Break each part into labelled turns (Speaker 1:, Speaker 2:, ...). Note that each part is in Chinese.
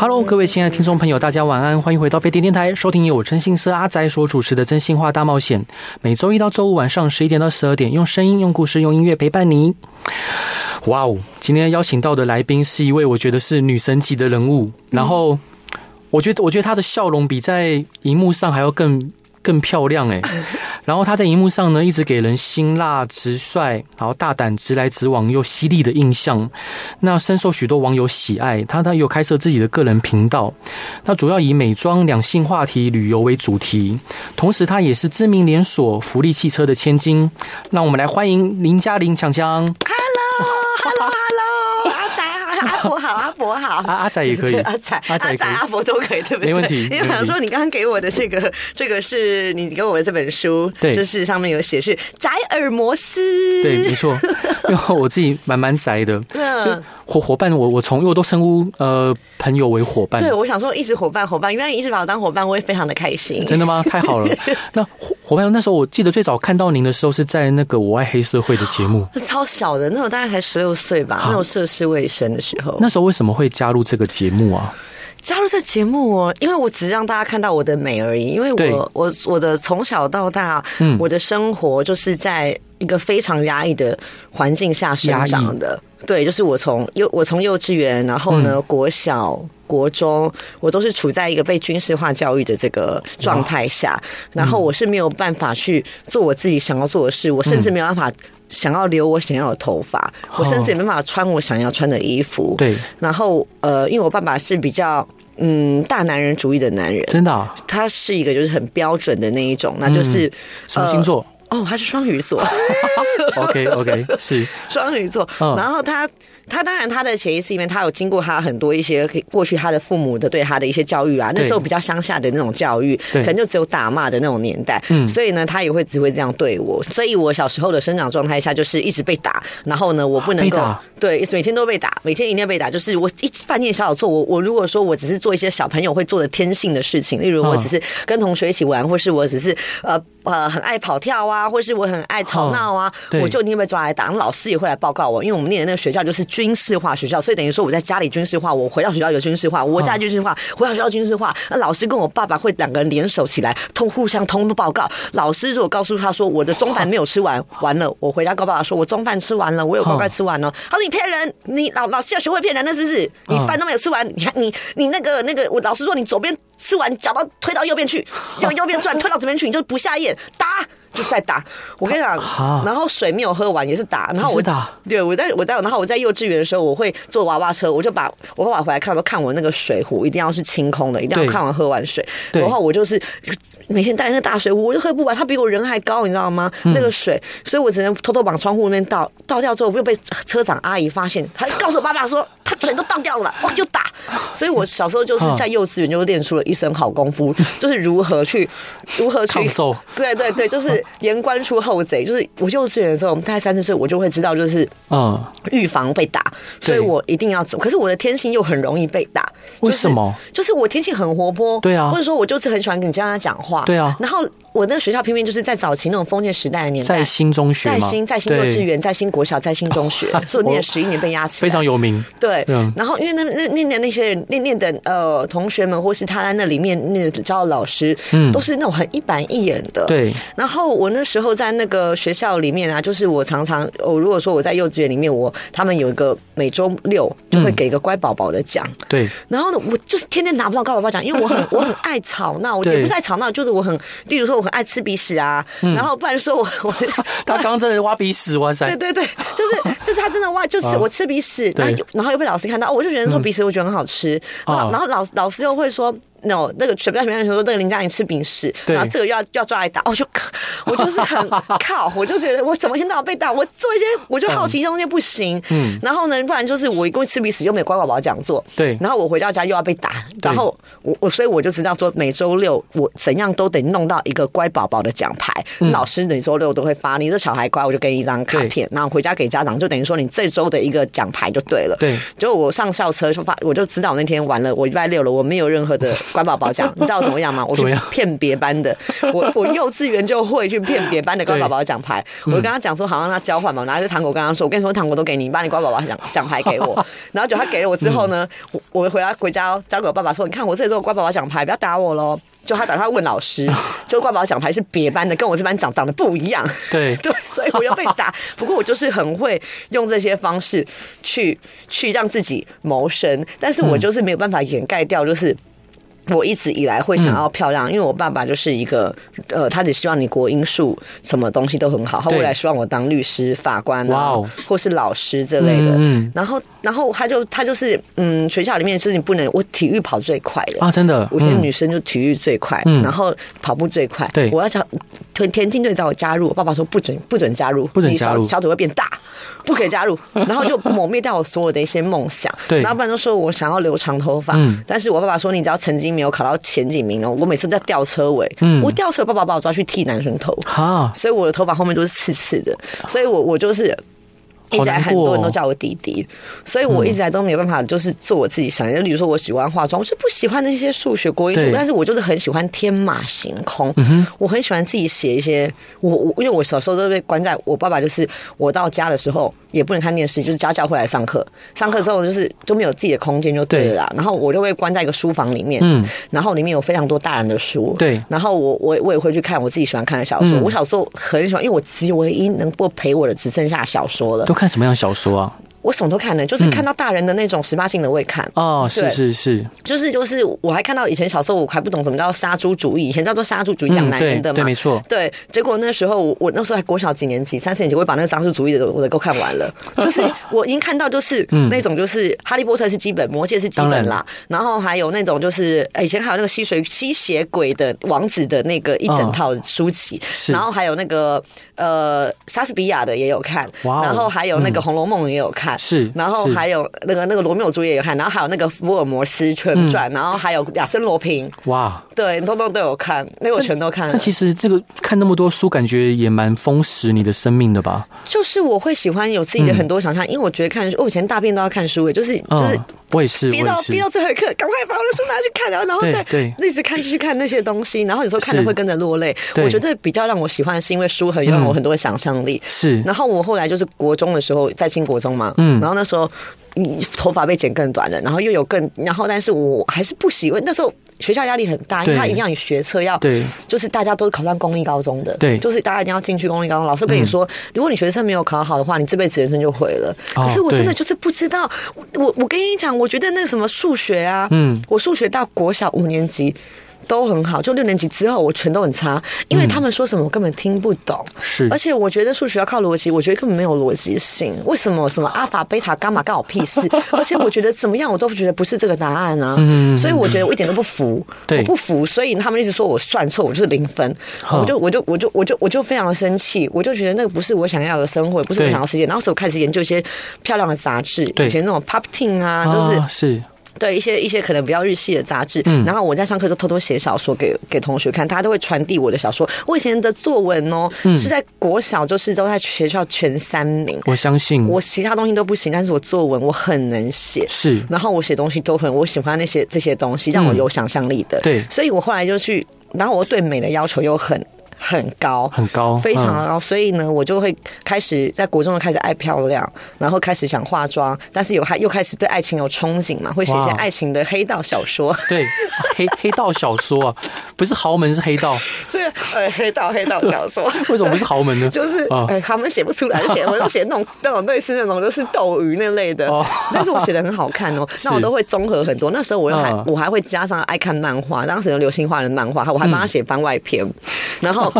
Speaker 1: Hello，各位亲爱的听众朋友，大家晚安，欢迎回到飞碟电台，收听由我真心社阿仔所主持的《真心话大冒险》，每周一到周五晚上十一点到十二点，用声音、用故事、用音乐陪伴你。哇哦，今天邀请到的来宾是一位我觉得是女神级的人物，然后我觉得我觉得她的笑容比在荧幕上还要更更漂亮哎，然后她在荧幕上呢一直给人辛辣、直率，然后大胆、直来直往又犀利的印象，那深受许多网友喜爱。她她有开设自己的个人频道，那主要以美妆、两性话题、旅游为主题，同时她也是知名连锁福利汽车的千金。让我们来欢迎林嘉玲强强。
Speaker 2: Hello，Hello，Hello，阿仔好，阿伯好，阿伯好。
Speaker 1: 阿阿仔也可以，
Speaker 2: 阿仔、
Speaker 1: 阿
Speaker 2: 阿
Speaker 1: 仔也
Speaker 2: 仔、
Speaker 1: 可以
Speaker 2: 阿伯都可以，对不对？
Speaker 1: 没问题
Speaker 2: 因为我
Speaker 1: 没问
Speaker 2: 想
Speaker 1: 题
Speaker 2: 说，你刚刚给我的这个，这个是你给我的这本书，
Speaker 1: 对
Speaker 2: 就是上面有写是宅尔摩斯，
Speaker 1: 对，没错，因为我自己蛮蛮宅的，就
Speaker 2: 嗯。
Speaker 1: 伙伙伴我，我从因为我都称呼呃朋友为伙伴，
Speaker 2: 对，我想说一直伙伴伙伴，原来你一直把我当伙伴，我会非常的开心。
Speaker 1: 真的吗？太好 了。那伙伙伴，那时候我记得最早看到您的时候是在那个《我爱黑社会》的节目，
Speaker 2: 那超小的，那我大概才十六岁吧，那我涉世未深的时候，
Speaker 1: 那时候为什么会加入这个节目啊？
Speaker 2: 加入这节目哦，因为我只是让大家看到我的美而已。因为
Speaker 1: 对嗯
Speaker 2: 我我我的从小到大，我的生活就是在一个非常压抑的环境下生长的。对，就是我从幼我从幼稚园，然后
Speaker 1: 嗯
Speaker 2: 呢，国小。国中，我都是处在一个被军事化教育的这个状态下，
Speaker 1: 嗯
Speaker 2: 然后我是没有办法去做我自己想要做的事，我
Speaker 1: 嗯
Speaker 2: 甚至没有办法想要留我想要的头发，我甚至也没办法穿我想要穿的衣服。
Speaker 1: 哦对，
Speaker 2: 然后呃，因为我爸爸是比较嗯大男人主义的男人，
Speaker 1: 真的、啊，
Speaker 2: 他是一个就是很标准的那一种，那就是、
Speaker 1: 嗯什么星座、
Speaker 2: 哦，他是双鱼 座，呃
Speaker 1: o k OK，是
Speaker 2: 双鱼座，
Speaker 1: 嗯
Speaker 2: 然后他。他当然，他的潜意识里面，他有经过他很多一些可以过去他的父母的对他的一些教育啊，
Speaker 1: 对
Speaker 2: 那时候比较乡下的那种教育，
Speaker 1: 对
Speaker 2: 可能就只有打骂的那种年代，
Speaker 1: 嗯
Speaker 2: 所以呢，他也会只会这样对我，所以我小时候的生长状态下就是一直被打，然后呢，我不能
Speaker 1: 被
Speaker 2: 够
Speaker 1: 打
Speaker 2: 对每天都被打，每天一定要被打，就是我一犯点小小错，我我如果说我只是做一些小朋友会做的天性的事情，例如我
Speaker 1: 嗯
Speaker 2: 只是跟同学一起玩，或是我只是呃呃很爱跑跳啊，或是我很爱吵闹啊，
Speaker 1: 嗯对
Speaker 2: 我就一定被抓来打，然后老师也会来报告我，因为我们念的那个学校就是军事化学校，所以等于说我在家里军事化，我回到学校有军事化，我家军事化，回到学校军事化，那老师跟我爸爸会两个人联手起来，通互相通报告。老师如果告诉他说我的中饭没有吃完，完了，我回家告爸爸说我中饭吃完了，我有乖乖吃完了，他说你骗人，你老老师要学会骗人了是不是？你
Speaker 1: 嗯
Speaker 2: 饭都没有吃完，你还你你那个那个，我老师说你左边吃完，脚到推到右边 去，要右边吃完推到左边去，你就不下咽，打就再打。我跟你讲
Speaker 1: 啊，
Speaker 2: 然后水没有喝完也是打，然后
Speaker 1: 也
Speaker 2: 我
Speaker 1: 是打
Speaker 2: 对我在我在然后我在幼稚园的时候，我会坐娃娃车，我就把我爸爸回来看，我看我那个水壶一定要是清空的，一定
Speaker 1: 对
Speaker 2: 要看完喝完水，
Speaker 1: 对
Speaker 2: 然后我就是。每天带那个大水壶，我就喝不完，他比我人还高，你知道吗？
Speaker 1: 嗯
Speaker 2: 那个水，所以我只能偷偷往窗户那边倒，倒掉之后，我又被车长阿姨发现，她就告诉我爸爸说他水都倒掉了，我就打。所以我小时候就是在幼稚园就练出了一身好功夫，就是如何去如何去
Speaker 1: 嗯抗揍
Speaker 2: 对对对，就是言官出后贼。就是我幼稚园的时候，我们大概三四岁，我就会知道，就是
Speaker 1: 嗯，
Speaker 2: 预防被打，所以
Speaker 1: 对
Speaker 2: 我一定要走。可是我的天性又很容易被打，
Speaker 1: 为
Speaker 2: 就是
Speaker 1: 什么？
Speaker 2: 就是我天性很活泼，
Speaker 1: 对啊
Speaker 2: 或者说我就是很喜欢跟家长讲话，
Speaker 1: 对啊
Speaker 2: 然后我那个学校偏偏就是在早期那种封建时代的年代，
Speaker 1: 在新中学
Speaker 2: 在
Speaker 1: 嘛，
Speaker 2: 新在新幼稚
Speaker 1: 对，
Speaker 2: 园，在新国小，在新中学，所以我念了十一年被压起
Speaker 1: 非
Speaker 2: 来，
Speaker 1: 常有名，
Speaker 2: 对，
Speaker 1: 嗯
Speaker 2: 然后因为那那念的那些人念念的呃同学们，或是他在那里面念的教的老师，
Speaker 1: 嗯
Speaker 2: 都是那种很一板一眼的。。
Speaker 1: 对，
Speaker 2: 然后我那时候在那个学校里面啊，就是我常常我如果说我在幼稚园里面，我他们有一个每周六就会给一个乖宝宝的奖，
Speaker 1: 对，
Speaker 2: 然后呢，我就是天天拿不到高宝宝奖，因为我很我很爱吵闹，我
Speaker 1: 对
Speaker 2: 也不是爱吵闹，就是我很，例如说我很爱吃鼻屎啊，然后不然说我我。
Speaker 1: 他刚刚真的挖鼻屎，哇塞
Speaker 2: 对， 对对， 就是就是他真的哇，就是
Speaker 1: 啊
Speaker 2: 我吃鼻屎，然后
Speaker 1: 对
Speaker 2: 又然后又被老师看到，哦我就觉得说鼻屎我觉得很好吃，然后
Speaker 1: 啊
Speaker 2: 然后老老师又会说 no 那个水不要水不要，说那个林嘉玲吃饼食，
Speaker 1: 对
Speaker 2: 然后这个又要又要抓来打，我就我就是很 靠，我就觉得我怎么一天到晚被打，我做一些我就好奇中间不行，
Speaker 1: 嗯
Speaker 2: 然后呢，不然就是我一共吃饼食又没有乖宝宝讲座，
Speaker 1: 对
Speaker 2: 然后我回到家又要被打，然后我我所以我就知道说每周六我怎样都得弄到一个乖宝宝的奖牌，老师每周六都会发，你这小孩乖，我就给你一张卡
Speaker 1: 嗯对
Speaker 2: 片，然后回家给家长，就等于说你这周的一个奖牌就对了，
Speaker 1: 对
Speaker 2: 就我上校车就发，我就知道我那天完了，我礼拜六了，我没有任何的乖宝宝奖，你知道我怎么样吗？我去
Speaker 1: 怎么样
Speaker 2: 骗别班的，我我幼稚园就会去骗别班的乖宝宝奖牌，我就跟他讲说好让他交换嘛，我拿着糖果跟他说，我跟你说糖果都给你，你把你乖宝宝奖奖牌给我，然后就他给了我之后呢，我我回来回家交给我爸爸说，你看我这里都有乖宝宝奖牌，不要打我喽。就他打电话问老师，就乖宝宝奖牌是别班的，跟我这班长长得不一样。
Speaker 1: 对
Speaker 2: 对，所以我又被 打。不过我就是很会用这些方式去去让自己谋生，但是我就是没有办法掩盖掉，就是。我一直以来会
Speaker 1: 嗯
Speaker 2: 想要漂亮，因为我爸爸就是一个，呃，他只希望你国英数什么东西都很好，他
Speaker 1: 对
Speaker 2: 未来希望我当律师、法官
Speaker 1: 哇
Speaker 2: 啊
Speaker 1: 哦，
Speaker 2: 或是老师之类的。
Speaker 1: 嗯嗯
Speaker 2: 然后，然后他就他就是，嗯，学校里面就是你不能，我体育跑最快的，
Speaker 1: 啊，真的，
Speaker 2: 我觉得
Speaker 1: 嗯
Speaker 2: 女生就体育最快，
Speaker 1: 嗯
Speaker 2: 然后跑步最快。
Speaker 1: 对
Speaker 2: 我要找田田径队找我加入，我爸爸说不准不准加入，
Speaker 1: 不准
Speaker 2: 你
Speaker 1: 加入
Speaker 2: 小小腿会变大，不可以加入。 然后就抹灭掉我所有的一些梦想。
Speaker 1: 对
Speaker 2: 然后不然就说我想要留长头发，
Speaker 1: 嗯
Speaker 2: 但是我爸爸说你只要成绩没有考到前几名哦，我每次都在吊车尾，
Speaker 1: 嗯
Speaker 2: 我吊车，爸爸把我抓去剃男生头，
Speaker 1: 哈，
Speaker 2: 所以我的头发后面都是刺刺的，所以我我就是。一
Speaker 1: 好
Speaker 2: 直来
Speaker 1: 难
Speaker 2: 很
Speaker 1: 过
Speaker 2: 多
Speaker 1: 哦
Speaker 2: 人
Speaker 1: 嗯
Speaker 2: 都叫我弟弟，所以我一直来都没有办法，就是做我自己想。就比如说，我喜欢化妆，我是不喜欢那些数学、国语
Speaker 1: 对嗯
Speaker 2: 但是我就是很喜欢天马行空。我很喜欢自己写一些，我我因为我小时候都被关在我爸爸，就是我到家的时候也不能看电视，就是家教会来上课，上课之后就是都没有自己的空间就对了啦。然后我就会关在一个书房里面，
Speaker 1: 嗯，
Speaker 2: 然后里面有非常多大人的书，
Speaker 1: 对
Speaker 2: 然后我我我也会去看我自己喜欢看的小说。
Speaker 1: 嗯
Speaker 2: 我小时候很喜欢，因为我只有唯一能够陪我的只剩下小说了
Speaker 1: 都。看什么样的小说啊？
Speaker 2: 我什么都看呢，就是看到大人的那种十八禁的我也看，
Speaker 1: 哦，是
Speaker 2: 对
Speaker 1: 是是，
Speaker 2: 就是就是我还看到以前小时候我还不懂什么叫杀猪主义，以前叫做杀猪主义讲
Speaker 1: 嗯，
Speaker 2: 男
Speaker 1: 对
Speaker 2: 人的嘛
Speaker 1: 对，。没错，
Speaker 2: 对，结果那时候我我那时候还国小几年级，三四年级，我也把那个《杀猪主义》的我的都看 完了，就是我已经看到就是那种就是《
Speaker 1: 嗯
Speaker 2: 哈利波特》是基本，《魔戒》是基本啦，然后还有那种就是呃以前还有那个吸水吸血鬼的王子的那个一整套书籍，
Speaker 1: 是
Speaker 2: 然后还有那个呃莎士比亚的也有看，
Speaker 1: 哇哦
Speaker 2: 然后还有那个《红楼梦》也有看，
Speaker 1: 是
Speaker 2: 然后
Speaker 1: 是
Speaker 2: 还有那个那个罗密欧朱丽叶也有看，然后还有那个福尔摩斯全
Speaker 1: 嗯
Speaker 2: 传，然后还有亚森罗平，
Speaker 1: 哇。
Speaker 2: 对，通通都有看，那个我全都看了
Speaker 1: 那。其实这个看那么多书，感觉也蛮丰实你的生命的吧？
Speaker 2: 就是我会喜欢有自己的很多想象，因为我觉得看书，我以前大便都要看书诶，就是就是
Speaker 1: 嗯，我也是，我
Speaker 2: 憋到
Speaker 1: 也
Speaker 2: 憋
Speaker 1: 是
Speaker 2: 到，最后一刻，赶快把我的书拿去看，然后然后
Speaker 1: 对
Speaker 2: 再
Speaker 1: 对
Speaker 2: 一直看继续看那些东西，然后有时候看的
Speaker 1: 是
Speaker 2: 会跟着落泪。
Speaker 1: 对嗯
Speaker 2: 我觉得比较让我喜欢的是因为书很让我很多的想象力。
Speaker 1: 是
Speaker 2: 然后我后来就是国中的时候，在新国中嘛，
Speaker 1: 嗯
Speaker 2: 然后那时候嗯头发被剪更短了，然后又有更，然后但是我还是不喜欢，那时候学校压力很大，因
Speaker 1: 对
Speaker 2: 为他一样有学测要
Speaker 1: 对
Speaker 2: 就是大家都是考上公立高中的，
Speaker 1: 对嗯
Speaker 2: 就是大家一定要进去公立高中。老师跟你说，如果你学生没有考好的话，你这辈子人生就毁了。
Speaker 1: 哦
Speaker 2: 可是我真
Speaker 1: 对
Speaker 2: 的就是不知道，我我我跟你讲，我觉得那个什么数学啊，
Speaker 1: 嗯
Speaker 2: 我数学到国小五年级。都很好，就六年级之后我全都很差，因
Speaker 1: 嗯
Speaker 2: 为他们说什么我根本听不懂。
Speaker 1: 是
Speaker 2: 而，且我觉得数学要靠逻辑，我觉得根本没有逻辑性。为什么什么阿法、贝塔、伽马干我屁 事？而且我觉得怎么样，我都觉得不是这个答案啊。
Speaker 1: 嗯
Speaker 2: 所以我觉得我一点都不服，
Speaker 1: 对
Speaker 2: 我不服。所以他们一直说我算错，我就是零分，
Speaker 1: 好
Speaker 2: 我就我就我就我就我就非常的生气，我就觉得那个不是我想要的生活，也不是我
Speaker 1: 对
Speaker 2: 想要的世界。然后所以我开始研究一些漂亮的杂志，
Speaker 1: 对
Speaker 2: 以前那种 Pop Teen 啊，就是
Speaker 1: 啊是
Speaker 2: 对一些一些可能比较日系的杂志，然后我在上课就偷偷写小说给给同学看，大家都会传递我的小说。我以前的作文哦，是在国小就是都在学校前三名，
Speaker 1: 我相信
Speaker 2: 我其他东西都不行，但是我作文我很能写。
Speaker 1: 是
Speaker 2: 然后我写东西都很，我喜欢那些这些东西，让我有想象力的。
Speaker 1: 对
Speaker 2: 所以我后来就去，然后我对美的要求又很很高，
Speaker 1: 很高，
Speaker 2: 非常
Speaker 1: 嗯
Speaker 2: 然后所以呢，我就会开始在国中就开始爱漂亮，然后开始想化妆，但是有还又开始对爱情有憧憬嘛，会写一些
Speaker 1: 哇哦
Speaker 2: 爱情的黑道小说，
Speaker 1: 对黑黑道小说啊， 不是豪门是黑道，
Speaker 2: 这个呃黑道黑道小说。
Speaker 1: 为什么不是豪门呢？
Speaker 2: 就是、
Speaker 1: 啊
Speaker 2: 呃，他们写不出来，就写我都写 那种那种类似那种就是斗鱼那类的
Speaker 1: 哦，
Speaker 2: 但是我写的很好 看哦，那我都会综合很多。那时候我又还、
Speaker 1: 嗯
Speaker 2: 我还
Speaker 1: 嗯
Speaker 2: 会加上爱看漫画，当时有流星花园漫画，我还帮他写番外篇，然后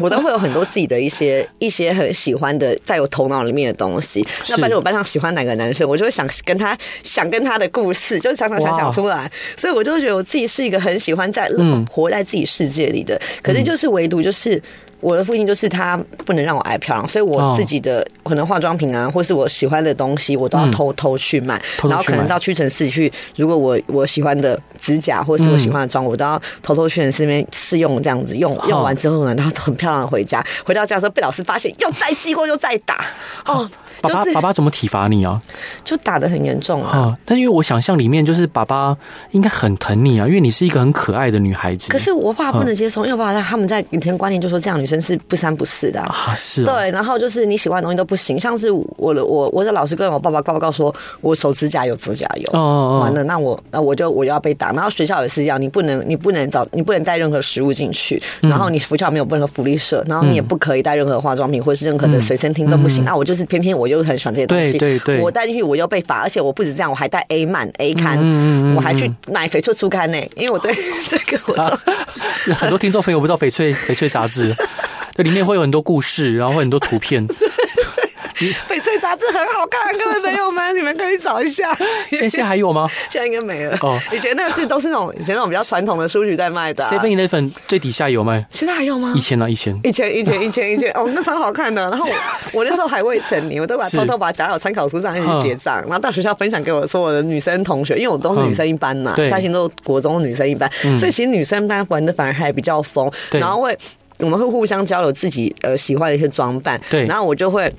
Speaker 2: 我都会有很多自己的一些一些很喜欢的在我头脑里面的东西。那发现我班上喜欢哪个男生，我就会想跟他想跟他的故事，就常常想想出来。所以我就觉得我自己是一个很喜欢在、
Speaker 1: 嗯
Speaker 2: 活在自己世界里的，可是就是唯独就是。我的父亲就是他不能让我爱漂亮，所以我自己的可能化妆品啊，或是我喜欢的东西，我都要
Speaker 1: 哦嗯
Speaker 2: 偷偷去买，
Speaker 1: 偷偷去买
Speaker 2: 然后可能到屈臣氏去，如果我我喜欢的指甲或
Speaker 1: 嗯
Speaker 2: 是我喜欢的妆，我都要偷偷去屈臣氏那边试用，这样子用
Speaker 1: 哦
Speaker 2: 用完之后呢，然后都很漂亮的回家，回到家的时候被老师发现，又再记过又再打，哦，
Speaker 1: 爸爸
Speaker 2: 就是
Speaker 1: 爸爸怎么体罚你啊？
Speaker 2: 就打的很严重啊。
Speaker 1: 啊！但因为我想象里面，就是爸爸应该很疼你啊，因为你是一个很可爱的女孩子。
Speaker 2: 可是我爸不
Speaker 1: 嗯
Speaker 2: 能接受，因为我爸他们在以前观念就说这样女生是不三不四的啊、
Speaker 1: 啊，是啊，
Speaker 2: 对，然后就是你喜欢的东西都不行，像是我的我我的老师跟我爸爸报告说，我手指甲有指甲油，
Speaker 1: 哦哦哦
Speaker 2: 完了，那我那我就我就要被打。然后学校也是一样，你不能你不能找你不能带任何食物进去，
Speaker 1: 嗯
Speaker 2: 然后你学校没有任何福利社，然后你也不可以带任何化妆品或是任何的随身听都不行。那我就是偏偏我又很喜欢这些东
Speaker 1: 嗯
Speaker 2: 西，
Speaker 1: 对对对嗯
Speaker 2: 我带进去我又被罚，而且我不止这样，我还带 A 漫 A 刊，我还去买翡翠猪刊呢，因为我对 这个我都。
Speaker 1: 很多听众朋友不知道翡翠翡翠杂志， 对，里面会有很多故事，然后会很多图 片。
Speaker 2: 翡翠杂志很好看，各位朋友们，你们可以找 一下。
Speaker 1: 现在还有吗
Speaker 2: 现在应该没了。
Speaker 1: 哦
Speaker 2: 哦，以前那个是都是那种以前那种比较传统的书局在卖的、啊。
Speaker 1: ？Seven Eleven 最底下有卖，
Speaker 2: 现在还有吗
Speaker 1: 以？前呢、以前
Speaker 2: 以前以前以前以前哦，那超好看的。然后 我我那时候还未成年，我都把
Speaker 1: 是嗯
Speaker 2: 偷偷把夹到参考书上一起结账，然后到学校分享给我说我的女生同学，因为我都是女生一班呐、
Speaker 1: 嗯对嗯
Speaker 2: 嘉兴都是国中女生一班，所以其实女生班玩的反而还比较疯，
Speaker 1: 对
Speaker 2: 然后会我们会互相交流自己呃喜欢的一些装扮，
Speaker 1: 对
Speaker 2: 然后我就会。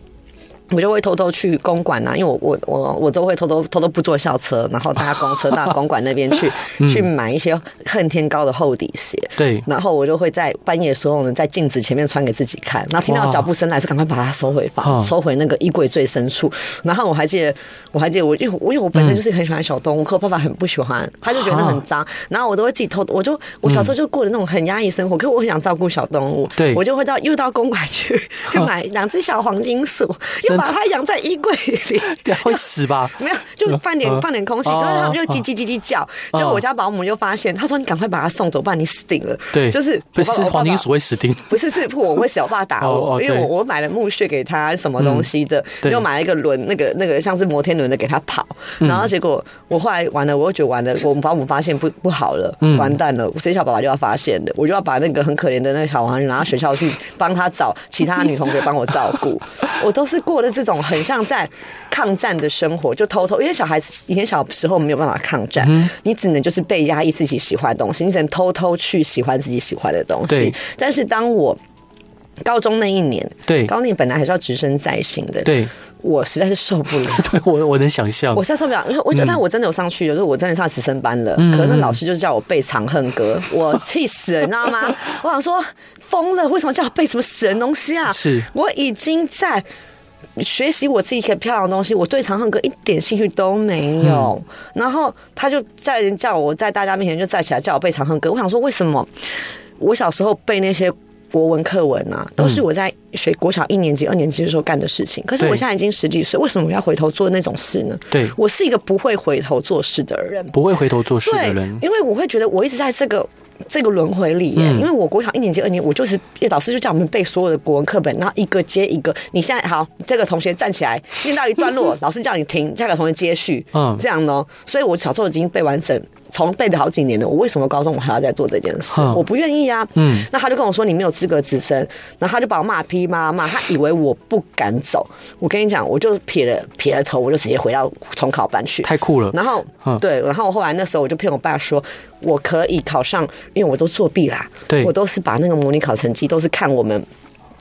Speaker 2: 我就会偷偷去公馆啊呐、因为我我我我都会偷偷偷偷不坐校车，然后搭公车到公馆那边去、
Speaker 1: 嗯
Speaker 2: 去买一些恨天高的厚底鞋，
Speaker 1: 对
Speaker 2: 然后我就会在半夜的时候呢，在镜子前面穿给自己看，然后听到
Speaker 1: 哇
Speaker 2: 脚步声来，就赶快把它收回
Speaker 1: 哦
Speaker 2: 房，收回那个衣柜最深处。然后我还记得，我还记得我，因为我因为我本身就是很喜欢小动物，可我爸爸很不喜欢，他就觉得很脏。然后我都会自己偷，我就我小时候就过的那种很压抑生活，可我很想照顾小动物，
Speaker 1: 对
Speaker 2: 我就会到又到公馆去去买两只小黄金鼠，
Speaker 1: 真
Speaker 2: 又把它养在衣柜里。
Speaker 1: 对，会死吧？
Speaker 2: 没有，就放点、
Speaker 1: 嗯
Speaker 2: 放点空气，
Speaker 1: 哦
Speaker 2: 然后他们就叽叽叽叽叫。
Speaker 1: 哦
Speaker 2: 就我家保姆就发现，他说你赶快把它送走，不然你死定了。
Speaker 1: 对，
Speaker 2: 就是
Speaker 1: 不
Speaker 2: 我
Speaker 1: 是
Speaker 2: 爸
Speaker 1: 是
Speaker 2: 我爸
Speaker 1: 黄
Speaker 2: 爸
Speaker 1: 金鼠会死定。
Speaker 2: 不是，是我会小爸打
Speaker 1: 哦哦
Speaker 2: 我，因为
Speaker 1: 对
Speaker 2: 我我买了木屑给他，什么东西的，
Speaker 1: 对嗯
Speaker 2: 又买了一个轮，那个那个像是摩天轮的给他跑，然后结果我后来完了，我又觉得完了，我们保姆发现不不好了，
Speaker 1: 嗯
Speaker 2: 完蛋了，谁小爸爸就要发现的，我就要把那个很可怜的那个小黄人拿到学校去帮他找其他女同学帮我照 顾，我都是过的这种很像在抗战的生活，就偷偷，因为小孩子以前小时候没有办法抗战，
Speaker 1: 嗯
Speaker 2: 你只能就是被压抑自己喜欢的东西，你只能偷偷去喜欢自己喜欢的东
Speaker 1: 对
Speaker 2: 西，但是当我高中那一年，
Speaker 1: 对
Speaker 2: 高年本来还是要直升在行的，，
Speaker 1: 对，
Speaker 2: 我实在是受不了。
Speaker 1: 对 我我能想象
Speaker 2: 我。实在受不了，因为我觉得，
Speaker 1: 嗯
Speaker 2: 但我真的有上去，就是我真的上直升班了。可是那老师就是叫我背《长恨歌》，我气死了，你知道吗？我想说疯了，为什么叫我背什么死人东西啊？
Speaker 1: 是
Speaker 2: 我已经在学习我自己可以漂亮的东西，我对《长恨歌》一点兴趣都没有。
Speaker 1: 嗯
Speaker 2: 然后他就在人叫我在大家面前就站起来叫我背《长恨歌》，我想说为什么？我小时候背那些国文课文啊，都是我在学国小一年级、二年级的时候干的事情。可是
Speaker 1: 嗯对
Speaker 2: 我现在已经十几岁，为什么我要回头做那种事呢？
Speaker 1: 对
Speaker 2: 我是一个不会回头做事的人。
Speaker 1: 不会回头做事
Speaker 2: 对
Speaker 1: 的人，，
Speaker 2: 因为我会觉得我一直在这个。这个轮回里耶，
Speaker 1: 嗯
Speaker 2: 因为我国小一年级、二年级，我就是老师就叫我们背所有的国文课本，然后一个接一个。你现在好，这个同学站起来，念到一段落，老师叫你停，下个同学接续，
Speaker 1: 嗯
Speaker 2: 嗯，这样呢。所以我小时候已经背完整，从背了好几年了。我为什么高中我还要再做这件事？
Speaker 1: 嗯
Speaker 2: 我不愿意啊。
Speaker 1: 嗯
Speaker 2: 嗯，那他就跟我说你没有资格直升，然后他就把我骂批骂骂，他以为我不敢走。我跟你讲，我就撇了撇了头，我就直接回到重考班去。
Speaker 1: 太酷了。
Speaker 2: 然后
Speaker 1: 嗯
Speaker 2: 对，然后后来那时候我就骗我爸说，我可以考上，因为我都作弊啦，
Speaker 1: 对
Speaker 2: 我都是把那个模拟考成绩都是看我们。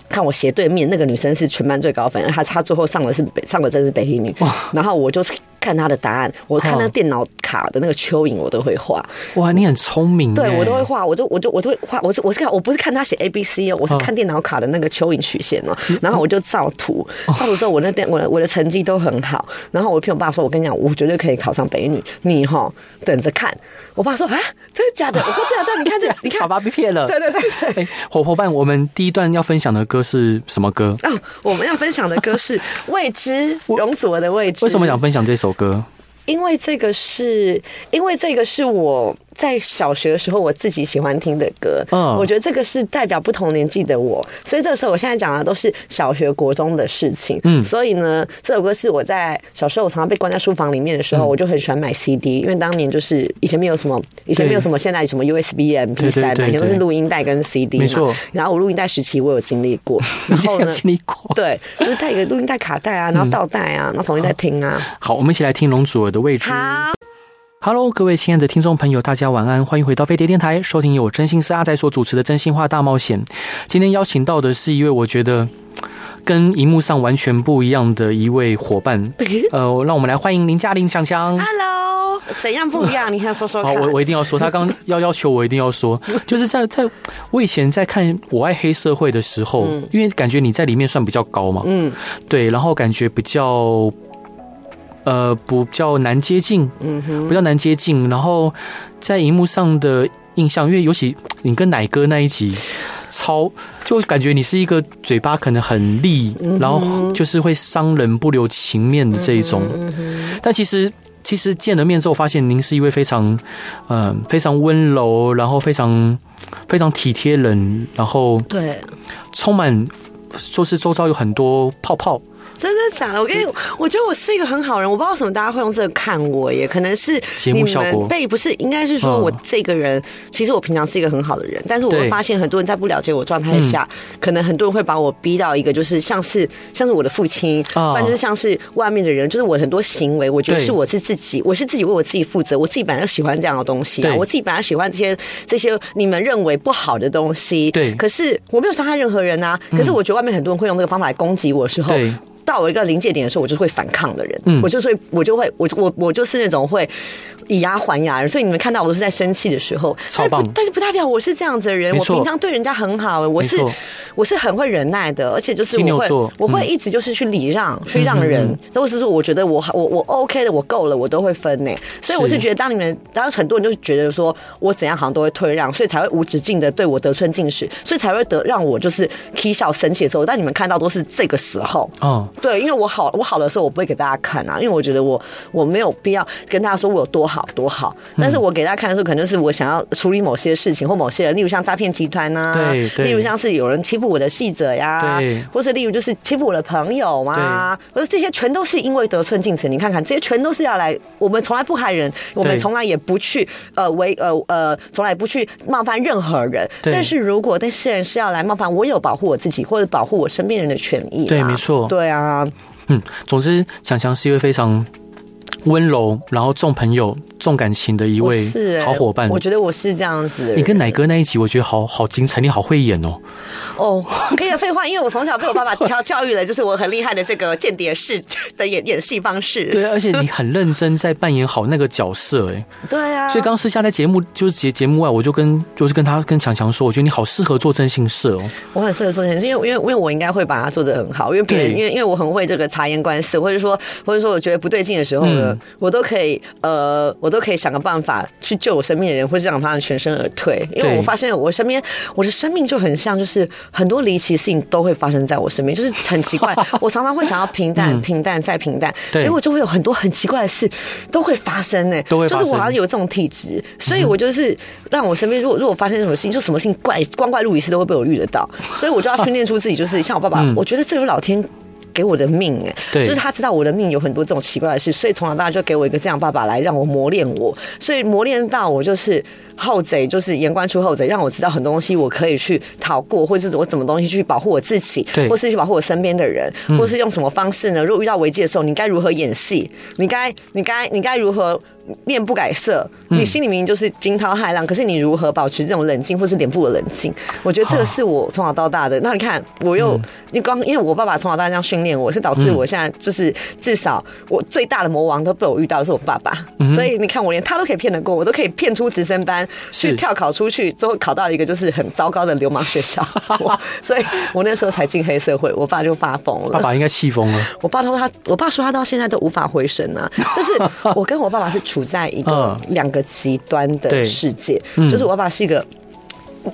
Speaker 2: 看我斜对面那个女生是全班最高分，她她最后上的是北上的真是北一女，然后我就是看她的答案，我看那
Speaker 1: 哦
Speaker 2: 电脑卡的那个蚯蚓我都会画，
Speaker 1: 哇，你很聪明耶。
Speaker 2: 对 我都会画，我就我就我都会画，我是我是看我不是看他写 A B C 哦，我是看电脑卡的那个蚯蚓曲线哦，然后我就照图，照图之后我那电我的我的成绩都很好，然后我骗我爸说，我跟你讲，我绝对可以考上北女，你哈等着看。我爸说啊，真的假的？我说对啊对啊，你 看这个，你
Speaker 1: 爸
Speaker 2: 看，
Speaker 1: 爸被骗了。
Speaker 2: 对对 对对。
Speaker 1: 哎，伙伙伴，我们第一段要分享的歌是什么歌？
Speaker 2: 哦，我们要分享的歌是《未知》，容祖儿的《未知》。
Speaker 1: 为什么想分享这首歌？
Speaker 2: 因为这个是，因为这个是我在小学的时候我自己喜欢听的歌，
Speaker 1: 嗯
Speaker 2: 我觉得这个是代表不同年纪的我，所以这个时候我现在讲的都是小学、国中的事情。
Speaker 1: 嗯
Speaker 2: 所以呢，这首歌是我在小时候我常常被关在书房里面的
Speaker 1: 嗯
Speaker 2: 时候，我就很喜欢买 CD，因为当年就是以前没有什么，以前没有什么现在什么 USB、MP
Speaker 1: 对对
Speaker 2: 三，
Speaker 1: 对
Speaker 2: 以前都是
Speaker 1: 对
Speaker 2: 录音带跟 CD 嘛。
Speaker 1: 没错
Speaker 2: 然后我录音带时期我有经历过，
Speaker 1: 你
Speaker 2: 然
Speaker 1: 竟
Speaker 2: 后
Speaker 1: 然有
Speaker 2: 呢，
Speaker 1: 经历过。
Speaker 2: 对，就是带一 个录音带卡带啊，然后倒带啊，然后重新再听啊。嗯
Speaker 1: 好，我们一起来听龙祖儿的位置。
Speaker 2: 好。
Speaker 1: Hello，各位亲爱的听众朋友，大家晚安，欢迎回到飞碟电台，收听由我真心是阿仔所主持的《真心话大冒险》。今天邀请到的是一位我觉得嘖跟荧幕上完全不一样的一位伙 伴，呃，让我们来欢迎林嘉玲强强。
Speaker 2: Hello，怎样不一样？你看说说
Speaker 1: 好，
Speaker 2: 看。
Speaker 1: 我我一定要说，他 刚刚要要求我一定要说，就是在在我以前在看《我爱黑社会》的时候，因为感觉你在里面算比较高嘛，
Speaker 2: 嗯
Speaker 1: 对，然后感觉比较，呃，不比较难接近，
Speaker 2: 嗯哼，
Speaker 1: 比较难接近。然后在荧幕上的印象，因为尤其你跟奶哥那一集，超就感觉你是一个嘴巴可能很利，
Speaker 2: 嗯
Speaker 1: 然后就是会伤人不留情面的这一种。
Speaker 2: 嗯
Speaker 1: 但其实。其实见了面之后，发现您是一位非常，嗯、非常温柔，然后非常非常体贴人，然后
Speaker 2: 对，
Speaker 1: 充满，说是周遭有很多泡泡，
Speaker 2: 真的假的？我跟你，我觉得我是一个很好人，我不知道为什么大家会用这个看我耶，可能是
Speaker 1: 节
Speaker 2: 你
Speaker 1: 目效果
Speaker 2: 们被不是，应该是说
Speaker 1: 嗯
Speaker 2: 我这个人，其实我平常是一个很好的人，但是我
Speaker 1: 对嗯
Speaker 2: 会发现很多人在不了解我状态下，可能很多人会把我逼到一个就是像是像是我的父亲，
Speaker 1: 啊
Speaker 2: 或者是像是外面的人，就是我很多行为，我觉得
Speaker 1: 对
Speaker 2: 是我是自己，我是自己为我自己负责，我自己本来就喜欢这样的东西啊，
Speaker 1: 对
Speaker 2: 我自己本来喜欢这些这些你们认为不好的东西，
Speaker 1: 对嗯
Speaker 2: 可是我没有伤害任何人啊，可是我觉得外面很多人会用这个方法来攻击我的时候
Speaker 1: 对。
Speaker 2: 到我一个临界点的时候，我就是会反抗的人，
Speaker 1: 嗯
Speaker 2: 我就是会，我就会，我我我就是那种会以牙还牙的人，所以你们看到我都是在生气的时候，哎
Speaker 1: 超棒
Speaker 2: 但是不但是不代表我是这样子的人，
Speaker 1: 没
Speaker 2: 我
Speaker 1: 错
Speaker 2: 平常对人家很好，我是
Speaker 1: 没错
Speaker 2: 我是很会忍耐的，而且就是
Speaker 1: 金
Speaker 2: 我
Speaker 1: 牛
Speaker 2: 会
Speaker 1: 座
Speaker 2: 我会
Speaker 1: 嗯
Speaker 2: 一直就是去礼让、去让
Speaker 1: 嗯
Speaker 2: 人，都是说我觉得我我我 OK 的，我够了，我都会分呢。所以我
Speaker 1: 是
Speaker 2: 是觉得，当你们当很多人就是觉得说我怎样好像都会退让，所以才会无止境的对我得寸进尺，所以才会得让我就是啼笑生气的时候，但你们看到都是这个时候。
Speaker 1: 哦，
Speaker 2: 对，因为我好，我好的时候我不会给大家看啊，因为我觉得我我没有必要跟大家说我有多好多好，但是我给大家看的时候，可能就是我想要处理某些事情或某些人，例如像诈骗集团呐、
Speaker 1: 对对
Speaker 2: 例如像是有人欺负我的记者呀
Speaker 1: 对，
Speaker 2: 或是例如就是欺负我的朋友啊，或者这些全都是因为得寸进尺，你看看，这些全都是要来，我们从来不害人，我们
Speaker 1: 对
Speaker 2: 从来也不去呃为呃呃，从来不去冒犯任何人，
Speaker 1: 对
Speaker 2: 但是如果那些人是要来冒犯，我有保护我自己或者保护我身边人的权益啦，
Speaker 1: 对没错
Speaker 2: 啊对啊。
Speaker 1: 嗯，总之，强强是一位非常温柔，然后重朋友、重感情的一
Speaker 2: 我
Speaker 1: 位
Speaker 2: 是欸
Speaker 1: 好伙伴。
Speaker 2: 我觉得我是这样子的人。
Speaker 1: 你跟奶哥那一集，我觉得好好精彩，你好会演哦。
Speaker 2: 哦，可以了废话，因为我从小被我爸爸教 教育了，就是我很厉害的这个间谍式的演演戏方式。
Speaker 1: 对，而且 你很认真在扮演好那个角色，哎。
Speaker 2: 对啊，
Speaker 1: 所以刚私下在节目，就是节节目外，我就跟就是跟他跟强强说，我觉得你好适合做真心社哦。
Speaker 2: 我很适合做这件事，因为因为因为我应该会把它做得很好，因为别人
Speaker 1: 对
Speaker 2: 因为因为我很会这个察言观色，或者说或者说我觉得不对劲的时候呢，
Speaker 1: 嗯
Speaker 2: 我都可以呃，我都可以想个办法去救我身边的人，或者让他们全身而退。因
Speaker 1: 对
Speaker 2: 为我发现我身边我的生命就很像，就是很多离奇事情都会发生在我身边，就是很 奇怪。我常常会想要平淡、平淡再平淡，
Speaker 1: 嗯对
Speaker 2: 结果就会有很多很奇怪的事都会发生呢、
Speaker 1: 都会发
Speaker 2: 就是我好
Speaker 1: 生
Speaker 2: 像有这种体质，所以我就是让我身边，如果如果发生什么事情，就什么事情怪光怪陆离事都会被我遇得到，所以我就要训练出自己，就是像我爸爸，我觉得这是老天。给我的命哎、
Speaker 1: 嗯对
Speaker 2: 就是他知道我的命有很多这种奇怪的事，所以从小到大就给我一个这样的爸爸来让我磨练我，所以磨练到我就是后贼，就是言官出后贼，让我知道很多东西我可以去逃过，或者是我怎么东西去保护我自己
Speaker 1: 对，
Speaker 2: 或是去保护我身边的人，或是用什么方式呢？如果遇到危机的时候，你该如何演戏？你该你该你该如何？面不改色，你心里明明就是惊涛骇浪，可是你如何保持这种冷静，或是脸部的冷静？我觉得这个是我从小到大的。那你看，我又你光因为我爸爸从小到大这样训练我，是导致我现在就是至少我最大的魔王都被我遇到的是我爸爸，所以你看我连他都可以骗得过，我都可以骗出直升班去
Speaker 1: 是
Speaker 2: 跳考出去，最后考到一个就是很糟糕的流氓学校，我所以我那时候才进黑社会，我爸就发疯了。
Speaker 1: 爸爸应该气疯 了。
Speaker 2: 我爸说他，我爸说他到现在都无法回神 啊。就是我跟我爸爸是处在一个
Speaker 1: 嗯
Speaker 2: 两个极端
Speaker 1: 对
Speaker 2: 的世界，
Speaker 1: 嗯
Speaker 2: 就是我爸爸是一个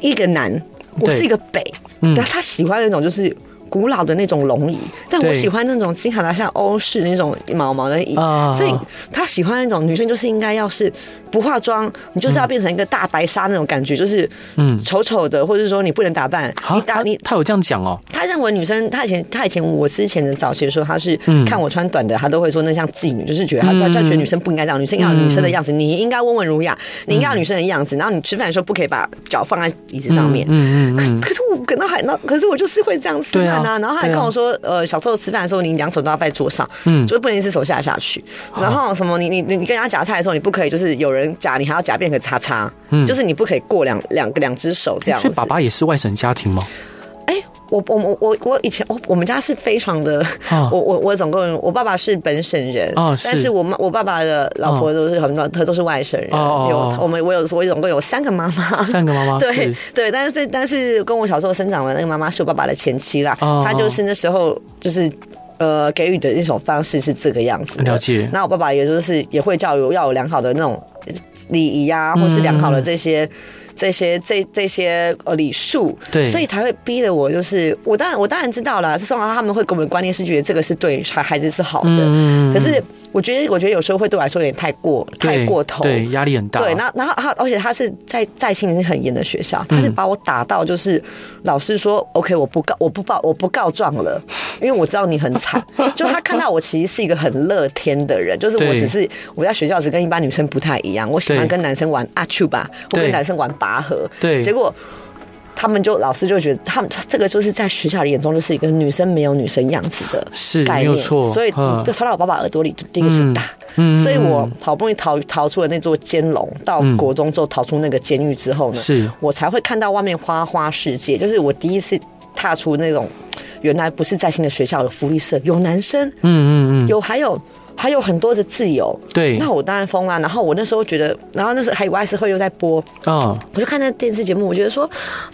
Speaker 2: 一个南，我
Speaker 1: 对
Speaker 2: 是一个北，
Speaker 1: 嗯
Speaker 2: 但他喜欢那种就是。古老的那种龙椅，但我
Speaker 1: 对
Speaker 2: 喜欢那种金卡达像欧式那种毛毛的椅
Speaker 1: 啊，
Speaker 2: 所以他喜欢那种女生就是应该要是不化妆，你就是要变成一个大白鲨那种感觉，就是
Speaker 1: 嗯
Speaker 2: 丑丑的，或者说你不能打扮，
Speaker 1: 好，啊
Speaker 2: 你打
Speaker 1: 他
Speaker 2: 你。
Speaker 1: 他有这样讲哦，
Speaker 2: 他认为女生，他以前他以前我之前的早期的时候，他是
Speaker 1: 嗯
Speaker 2: 看我穿短的，他都会说那像妓女，就是觉得他他
Speaker 1: 嗯
Speaker 2: 他觉得女生不应该这样，女生要有女生的样子，你应该温文儒雅，
Speaker 1: 嗯
Speaker 2: 你应该有女生的样子，然后你吃饭的时候不可以把脚放在椅子上面。
Speaker 1: 嗯嗯
Speaker 2: 可
Speaker 1: 嗯嗯，
Speaker 2: 可是我可能还那，可是我就是会这样吃
Speaker 1: 对
Speaker 2: 饭
Speaker 1: 啊
Speaker 2: 然后他还跟
Speaker 1: 对啊
Speaker 2: 我说，呃，小时候吃饭的时候，你两手都要放在桌上，
Speaker 1: 嗯
Speaker 2: 就是不能一只手下下去。然后什么你，你你你跟人家夹菜的时候，你不可以就是有人夹，你还要夹变个叉叉，
Speaker 1: 嗯
Speaker 2: 就是你不可以过两两个两只手这样子。
Speaker 1: 所以爸爸也是外省家庭吗？
Speaker 2: 哎、我我我我我以前哦我我们家是非常的，
Speaker 1: 啊
Speaker 2: 我我我总共我爸爸是本省人，
Speaker 1: 哦
Speaker 2: 但
Speaker 1: 是
Speaker 2: 是我妈我爸爸的老婆都是很多，她、都是外省人，
Speaker 1: 哦哦哦
Speaker 2: 有我们我有我总共有三个妈妈，
Speaker 1: 三个妈妈
Speaker 2: 对
Speaker 1: 是
Speaker 2: 对，但是但是跟我小时候生长的那个妈妈是我爸爸的前妻啦，
Speaker 1: 哦
Speaker 2: 她就是那时候就是。呃，给予的那种方式是这个样子的。
Speaker 1: 了解
Speaker 2: 那我爸爸也就是也会教有要有良好的那种礼仪啊，或是良好的这些、这些这这些呃礼数。
Speaker 1: 嗯对
Speaker 2: 所以才会逼得我，就是我当然我当然知道了，送到他们会给我们的观念是觉得这个是对孩孩子是好的，
Speaker 1: 嗯嗯嗯
Speaker 2: 可是我觉得我觉得有时候会对我来说有点太过太
Speaker 1: 对
Speaker 2: 过头，
Speaker 1: 对，压力很大，
Speaker 2: 对，那然后他，而且他是在在心里是很严的学校，他
Speaker 1: 嗯
Speaker 2: 是把我打到就是老师说、OK，我不告，我不报，我不告状了，因为我知道你很惨。 就他看到我其实是一个很乐天的人，就是我
Speaker 1: 对
Speaker 2: 只是我在学校只跟一般女生不太一样，我喜欢
Speaker 1: 对
Speaker 2: 跟男生玩阿丘吧，我
Speaker 1: 对
Speaker 2: 跟男生玩拔河，
Speaker 1: 对
Speaker 2: 结果。他们就老师就觉得他们他这个就是在学校的眼中就是一个女生没有女生样子的
Speaker 1: 是
Speaker 2: 概
Speaker 1: 没
Speaker 2: 念，
Speaker 1: 有错，
Speaker 2: 所以
Speaker 1: 嗯
Speaker 2: 传到我爸爸耳朵里，第一个是打，
Speaker 1: 嗯
Speaker 2: 所以我好不容易逃逃出了那座监笼，到国中之后逃出那个监狱之后呢，
Speaker 1: 是
Speaker 2: 我才会看到外面花花世界，就是我第一次踏出那种原来不是在新的学校有福利社，有男生，
Speaker 1: 嗯嗯嗯，
Speaker 2: 有还有还有很多的自由。
Speaker 1: 对，
Speaker 2: 那我当然疯啦、然后我那时候觉得，然后那时候还有爱思会又在播，
Speaker 1: 啊，
Speaker 2: 我就看那电视节目，我觉得说，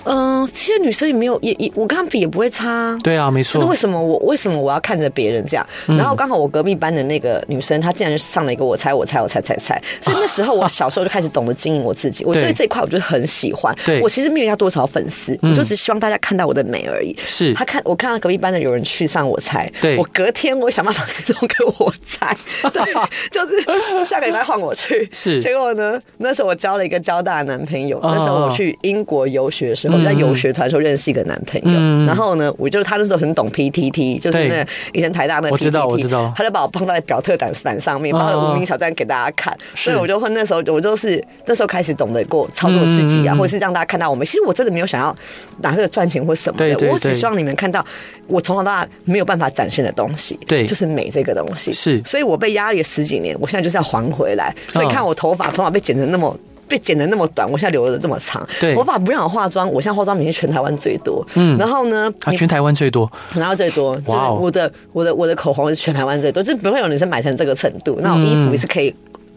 Speaker 2: 嗯、其实女生也没有，也也我跟他们比也不会差啊。
Speaker 1: 对啊，没
Speaker 2: 就是
Speaker 1: 错嗯
Speaker 2: 为，什么我为什么我要看着别人这样？然后刚好我隔壁班的那个女生，她竟然上了一个我猜我猜我猜猜猜，所以那时候我小时候就开始懂得经营我自己，我
Speaker 1: 啊对
Speaker 2: 对这一块我就很喜欢
Speaker 1: 对。嗯
Speaker 2: 我其实没有要多少粉丝，我就只希望大家看到我的美而已。
Speaker 1: 是
Speaker 2: 他看我看到隔壁班的有人去上我猜，
Speaker 1: 对
Speaker 2: 我隔天我想办法弄给我 猜，对，就是下个礼拜换我去。
Speaker 1: 是
Speaker 2: 结果呢？那时候我交了一个交大的男朋友，
Speaker 1: 哦
Speaker 2: 那时候我去英国游学的时候，我在游学团的时候认识一个男朋友，
Speaker 1: 嗯
Speaker 2: 然后呢，我就他那时候很懂 PTT，就是
Speaker 1: 对
Speaker 2: 那以前台大那 PTT，
Speaker 1: 我知道我知道
Speaker 2: 他就把我放到表特展板上面，
Speaker 1: 哦
Speaker 2: 放到无名小站给大家看，所以我就会那时候我就是那时候开始懂得过操作自己
Speaker 1: 嗯
Speaker 2: 啊，
Speaker 1: 嗯嗯
Speaker 2: 或者是让大家看到我们。其实我真的没有想要拿这个赚钱或什么的，
Speaker 1: 对对
Speaker 2: 我只
Speaker 1: 对
Speaker 2: 希望你们看到我从小到大没有办法展现的东西，
Speaker 1: 对
Speaker 2: 就是美这个东西。
Speaker 1: 是
Speaker 2: 所以我被压了十几年，我现在就是要还回来。所以
Speaker 1: 嗯
Speaker 2: 看我头发，头发被剪得那么。被剪得那么短，我现在留的那么长。
Speaker 1: 对
Speaker 2: 我爸不让我化妆，我现在化妆明星全台湾最多。
Speaker 1: 嗯
Speaker 2: 然后呢，
Speaker 1: 啊，全台湾最多，
Speaker 2: 然后最多，就是
Speaker 1: 哇哦
Speaker 2: 我的我的我的口红是全台湾最多，就是不会有女生买成这个程
Speaker 1: 嗯
Speaker 2: 度。那我衣服是可以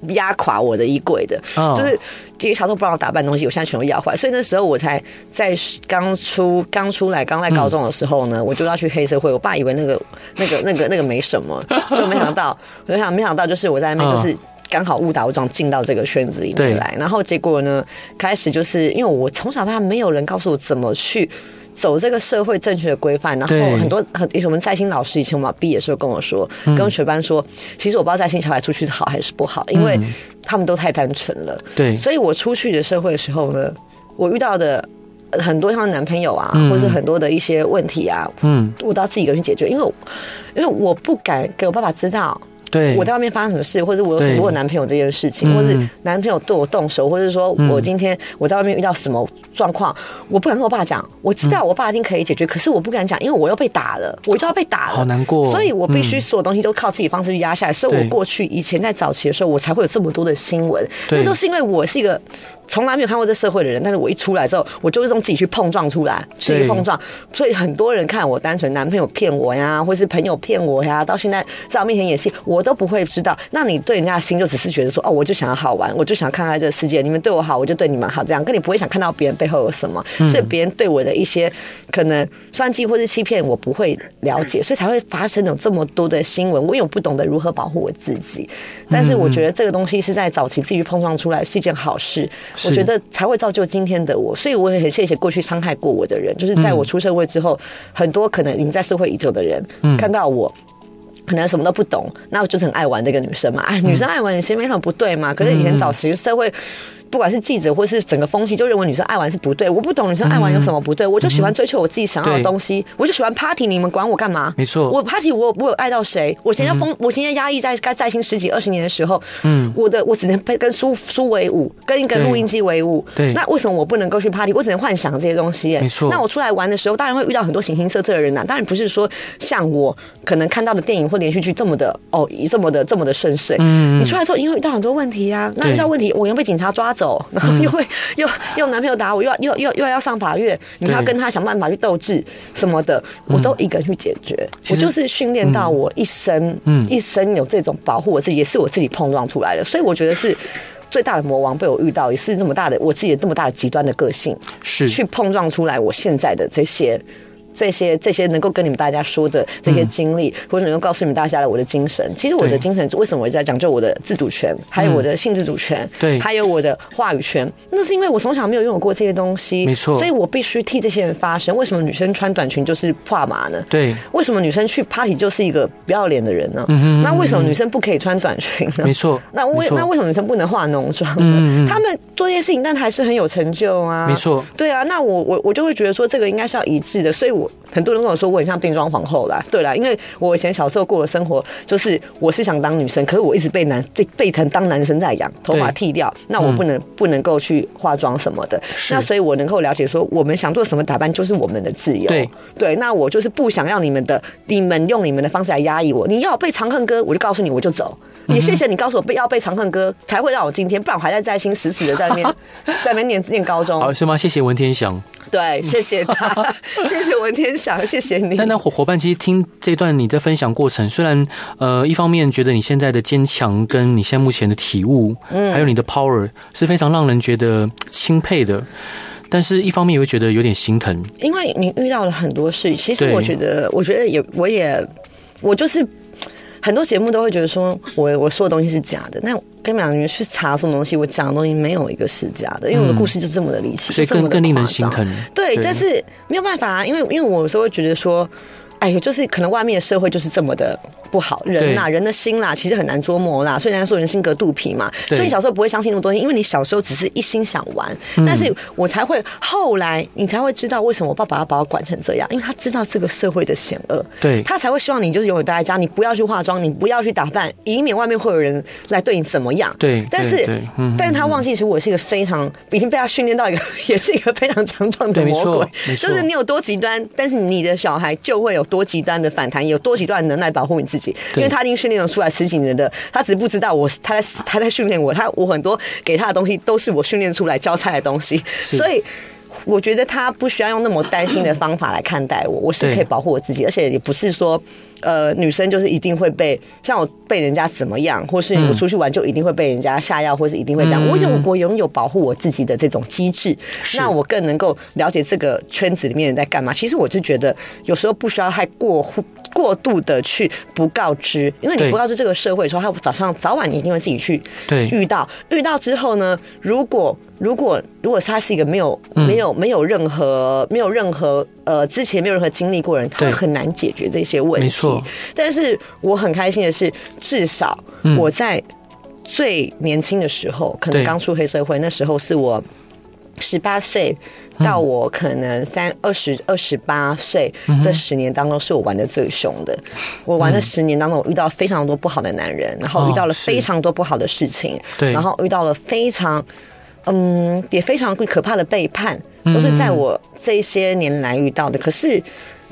Speaker 2: 压垮我的衣柜的，
Speaker 1: 哦
Speaker 2: 就是因为小时候不让我打扮的东西，我现在全都要坏。所以那时候我才在刚出刚出来刚在高中的时候
Speaker 1: 嗯
Speaker 2: 呢，我就要去黑社会。我爸以为那个那个那个那个没什 么，就没想到，我就想没想到就是我在那边就是。刚好误打误撞进到这个圈子里
Speaker 1: 嗯对
Speaker 2: 面来，然后结果呢，开始就是因为我从小到大没有人告诉我怎么去走这个社会正确的规范，然后
Speaker 1: 对嗯
Speaker 2: 很多很我们在新老师以前我们毕业的时候跟我说，跟学班说，其实我不知道在新小孩出去是好还是不好，因为
Speaker 1: 嗯
Speaker 2: 他们都太单纯了。
Speaker 1: 对，
Speaker 2: 所以我出去的社会的时候呢，我遇到的呃很多像男朋友啊，
Speaker 1: 嗯
Speaker 2: 或是很多的一些问题啊，
Speaker 1: 嗯，
Speaker 2: 我都要自己一个人去解决，因为我因为我不敢给我爸爸知道
Speaker 1: 对
Speaker 2: 我，在外面发生什么事，或者我有什
Speaker 1: 对
Speaker 2: 么我有男朋友这件事
Speaker 1: 嗯
Speaker 2: 情，或是男朋友对我动手，或者说我今天我在外面遇到什么状况，我不敢跟我爸讲。我
Speaker 1: 嗯
Speaker 2: 知道我爸一定可以解决，可是我不敢讲，因为我又被打了，我就要被打了，
Speaker 1: 好难过嗯
Speaker 2: 所以我必须所有东西都靠自己方式去压下来。所以我
Speaker 1: 对
Speaker 2: 过去以前在早期的时候，我才会有这么多的新闻，
Speaker 1: 对
Speaker 2: 那都是因为我是一个。从来没有看过这社会的人，但是我一出来之后，我就是用自己去碰撞出来，自己
Speaker 1: 对
Speaker 2: 碰撞。所以很多人看我单纯男朋友骗我呀，或是朋友骗我呀，到现在在我面前演戏，我都不会知道。那你对人家的心就只是觉得说，哦，我就想要好玩，我就想看看这个世界，你们对我好，我就对你们好，这样。可你不会想看到别人背后有什么，所以别人对我的一些可能算计或是欺骗，我不会了解，所以才会发生有这么多的新闻。我也不懂得如何保护我自己，但是我觉得这个东西是在早期自己碰撞出来是一件好事，我觉得才会造就今天的我。所以我也很谢谢过去伤害过我的人，就是在我出社会之后，很多可能已经在社会已久的人、看到我。可能什么都不懂，那我就是很爱玩的一个女生嘛。哎，女生爱玩，其实没什么不对
Speaker 1: 嗯
Speaker 2: 嘛。可是以前早期社会，不管是记者或是整个风气，就认为女生爱玩是不对。我不懂女生爱玩有什么不
Speaker 1: 嗯
Speaker 2: 对，我就喜欢追求我自己想要的东西，我就喜欢 party，你们管我干嘛？
Speaker 1: 没错嗯
Speaker 2: 我 party 我我有爱到谁？我现在疯，我现在压抑在该在心十几二十年的时候，嗯，我的我只能被跟书书为伍，跟一个
Speaker 1: 对
Speaker 2: 录音机为伍。
Speaker 1: 对
Speaker 2: 那为什么我不能够去 party？我只能幻想这些东西、欸。
Speaker 1: 没错
Speaker 2: 那我出来玩的时候，当然会遇到很多形形色色的人呐、当然不是说像我可能看到的电影或连续剧这么的哦，这么的这么的顺遂。
Speaker 1: 嗯
Speaker 2: 你出来之后，因为遇到很多问题啊，那
Speaker 1: 对嗯
Speaker 2: 遇到问题，我又被警察抓走，然后又会、又又男朋友打我，又要又又又要上法院，你还要
Speaker 1: 对
Speaker 2: 跟他想办法去斗智什么的，我都一个人去解决。
Speaker 1: 嗯其
Speaker 2: 我
Speaker 1: 实
Speaker 2: 就是训练到我一生，
Speaker 1: 嗯
Speaker 2: 一生有这种保护我自己，也是我自己碰撞出来的，所以我觉得是。最大的魔王被我遇到，也是这么大的我自己这么大的极端的个性，
Speaker 1: 是
Speaker 2: 去碰撞出来我现在的这些。这些这些能够跟你们大家说
Speaker 1: 嗯
Speaker 2: 的这些经历，或者能够告诉你们大家的我的精神，其实我的
Speaker 1: 对嗯
Speaker 2: 精神为什么我一直在讲究我的自主权，还有我的性自主权，
Speaker 1: 对
Speaker 2: 还有我的话语权，那是因为我从小没有拥有过这些东西，
Speaker 1: 没错
Speaker 2: 所以我必须替这些人发声。为什么女生穿短裙就是怕麻呢？
Speaker 1: 对，
Speaker 2: 为什么女生去 party 就是一个不要脸的人呢？
Speaker 1: 嗯
Speaker 2: 那为什么女生不可以穿短裙呢？
Speaker 1: 没错，
Speaker 2: 那
Speaker 1: 没
Speaker 2: 为
Speaker 1: 错
Speaker 2: 那为什么女生不能化浓妆呢？
Speaker 1: 嗯嗯嗯
Speaker 2: 他们做这些事情，但还是很有成就啊。
Speaker 1: 没错，
Speaker 2: 对啊，那我我我就会觉得说这个应该是要一致的，所以我很多人跟我说我很像变装皇后啦，对啦，因为我以前小时候过的生活就是我是想当女生，可是我一直被男被被成当男生在养，头发
Speaker 1: 对嗯
Speaker 2: 剃掉，那我不能、不能够去化妆什么的，
Speaker 1: 是
Speaker 2: 那所以我能够了解说我们想做什么打扮就是我们的自由，
Speaker 1: 对
Speaker 2: 那我就是不想要你们的，你们用你们的方式来压抑我，你要被长恨歌，我就告诉你我就走。
Speaker 1: 嗯
Speaker 2: 也谢谢你告诉我被要被长恨歌，才会让我今天，不然我还在在心死死的 在那边在那边念念高中。
Speaker 1: 好是吗？谢谢文天祥。
Speaker 2: 对，谢谢 他，谢谢文天祥，谢谢你。
Speaker 1: 但那伙伙伴，其实听这段你的分享过程，虽然呃，一方面觉得你现在的坚强跟你现在目前的体悟，嗯，还有你的 power 是非常让人觉得钦佩的，但是一方面也会觉得有点心疼，
Speaker 2: 因为你遇到了很多事，其实
Speaker 1: 对
Speaker 2: 我觉得，我觉得也，我也，我就是很多节目都会觉得说我我说的东西是假的，但跟你们讲，你们去查什么东西，我讲的东西没有一个是假的，因为我的故事就这么的离奇，
Speaker 1: 嗯所以
Speaker 2: 就这
Speaker 1: 更
Speaker 2: 么的
Speaker 1: 更令人
Speaker 2: 夸
Speaker 1: 心
Speaker 2: 张
Speaker 1: 疼。
Speaker 2: 对，但是没有办法啊，因为因为我有时候会觉得说，哎呦，就是可能外面的社会就是这么的不好，人呐、
Speaker 1: 对
Speaker 2: 人的心啦、其实很难捉摸啦。所以人家说人心隔肚皮嘛，
Speaker 1: 对
Speaker 2: 所以你小时候不会相信那么多东西，因为你小时候只是一心想玩。但是我才会后来，你才会知道为什么我爸爸要把我管成这样，因为他知道这个社会的险恶，
Speaker 1: 对
Speaker 2: 他才会希望你就是永远待在家，你不要去化妆，你不要去打扮，以免外面会有人来对你怎么样。
Speaker 1: 对
Speaker 2: 但
Speaker 1: 对
Speaker 2: 是
Speaker 1: 对嗯
Speaker 2: 但是他忘记，其实我是一个非常已经被他训练到一个，也是一个非常强壮的。
Speaker 1: 对没
Speaker 2: 魔
Speaker 1: 错
Speaker 2: 鬼
Speaker 1: 没错
Speaker 2: 就是你有多极端，但是你的小孩就会有多极端的反弹，有多极端的能耐保护你自己，
Speaker 1: 对
Speaker 2: 因为他已经训练了出来十几年的，他只是不知道我他在他在训练我，他我很多给他的东西都是我训练出来交差的东西，所以。我觉得他不需要用那么担心的方法来看待我，我是
Speaker 1: 对
Speaker 2: 可以保护我自己，而且也不是说，呃，女生就是一定会被像我被人家怎么样，或是我出去玩就一定会被人家下药，或是一定会这样。我有我拥有保护我自己的这种机制，那我更能够了解这个圈子里面人在干嘛。其实我就觉得，有时候不需要太过乎过度的去不告知，因为你
Speaker 1: 对
Speaker 2: 不告知这个社会的时候，他早上早晚你一定会自己去
Speaker 1: 对
Speaker 2: 遇到。遇到之后呢，如果如果如果他是一个没有
Speaker 1: 嗯
Speaker 2: 没有没有任何没有任何呃之前没有任何经历过的人，他
Speaker 1: 对
Speaker 2: 会很难解决这些问题。
Speaker 1: 没错，
Speaker 2: 但是我很开心的是，至少
Speaker 1: 嗯
Speaker 2: 我在最年轻的时候，可能
Speaker 1: 对
Speaker 2: 刚出黑社会那时候是我。十八岁到我可能
Speaker 1: 嗯
Speaker 2: 三二十二十八岁这十年当中，是我玩的最凶的。我玩的十年当中，我遇到了非常多不好的男人，然后遇到了
Speaker 1: 嗯哦是
Speaker 2: 非常多不好的事情，
Speaker 1: 嗯对
Speaker 2: 然后遇到了非常嗯也非常可怕的背叛，
Speaker 1: 嗯
Speaker 2: 都是在我这些年来遇到的。可是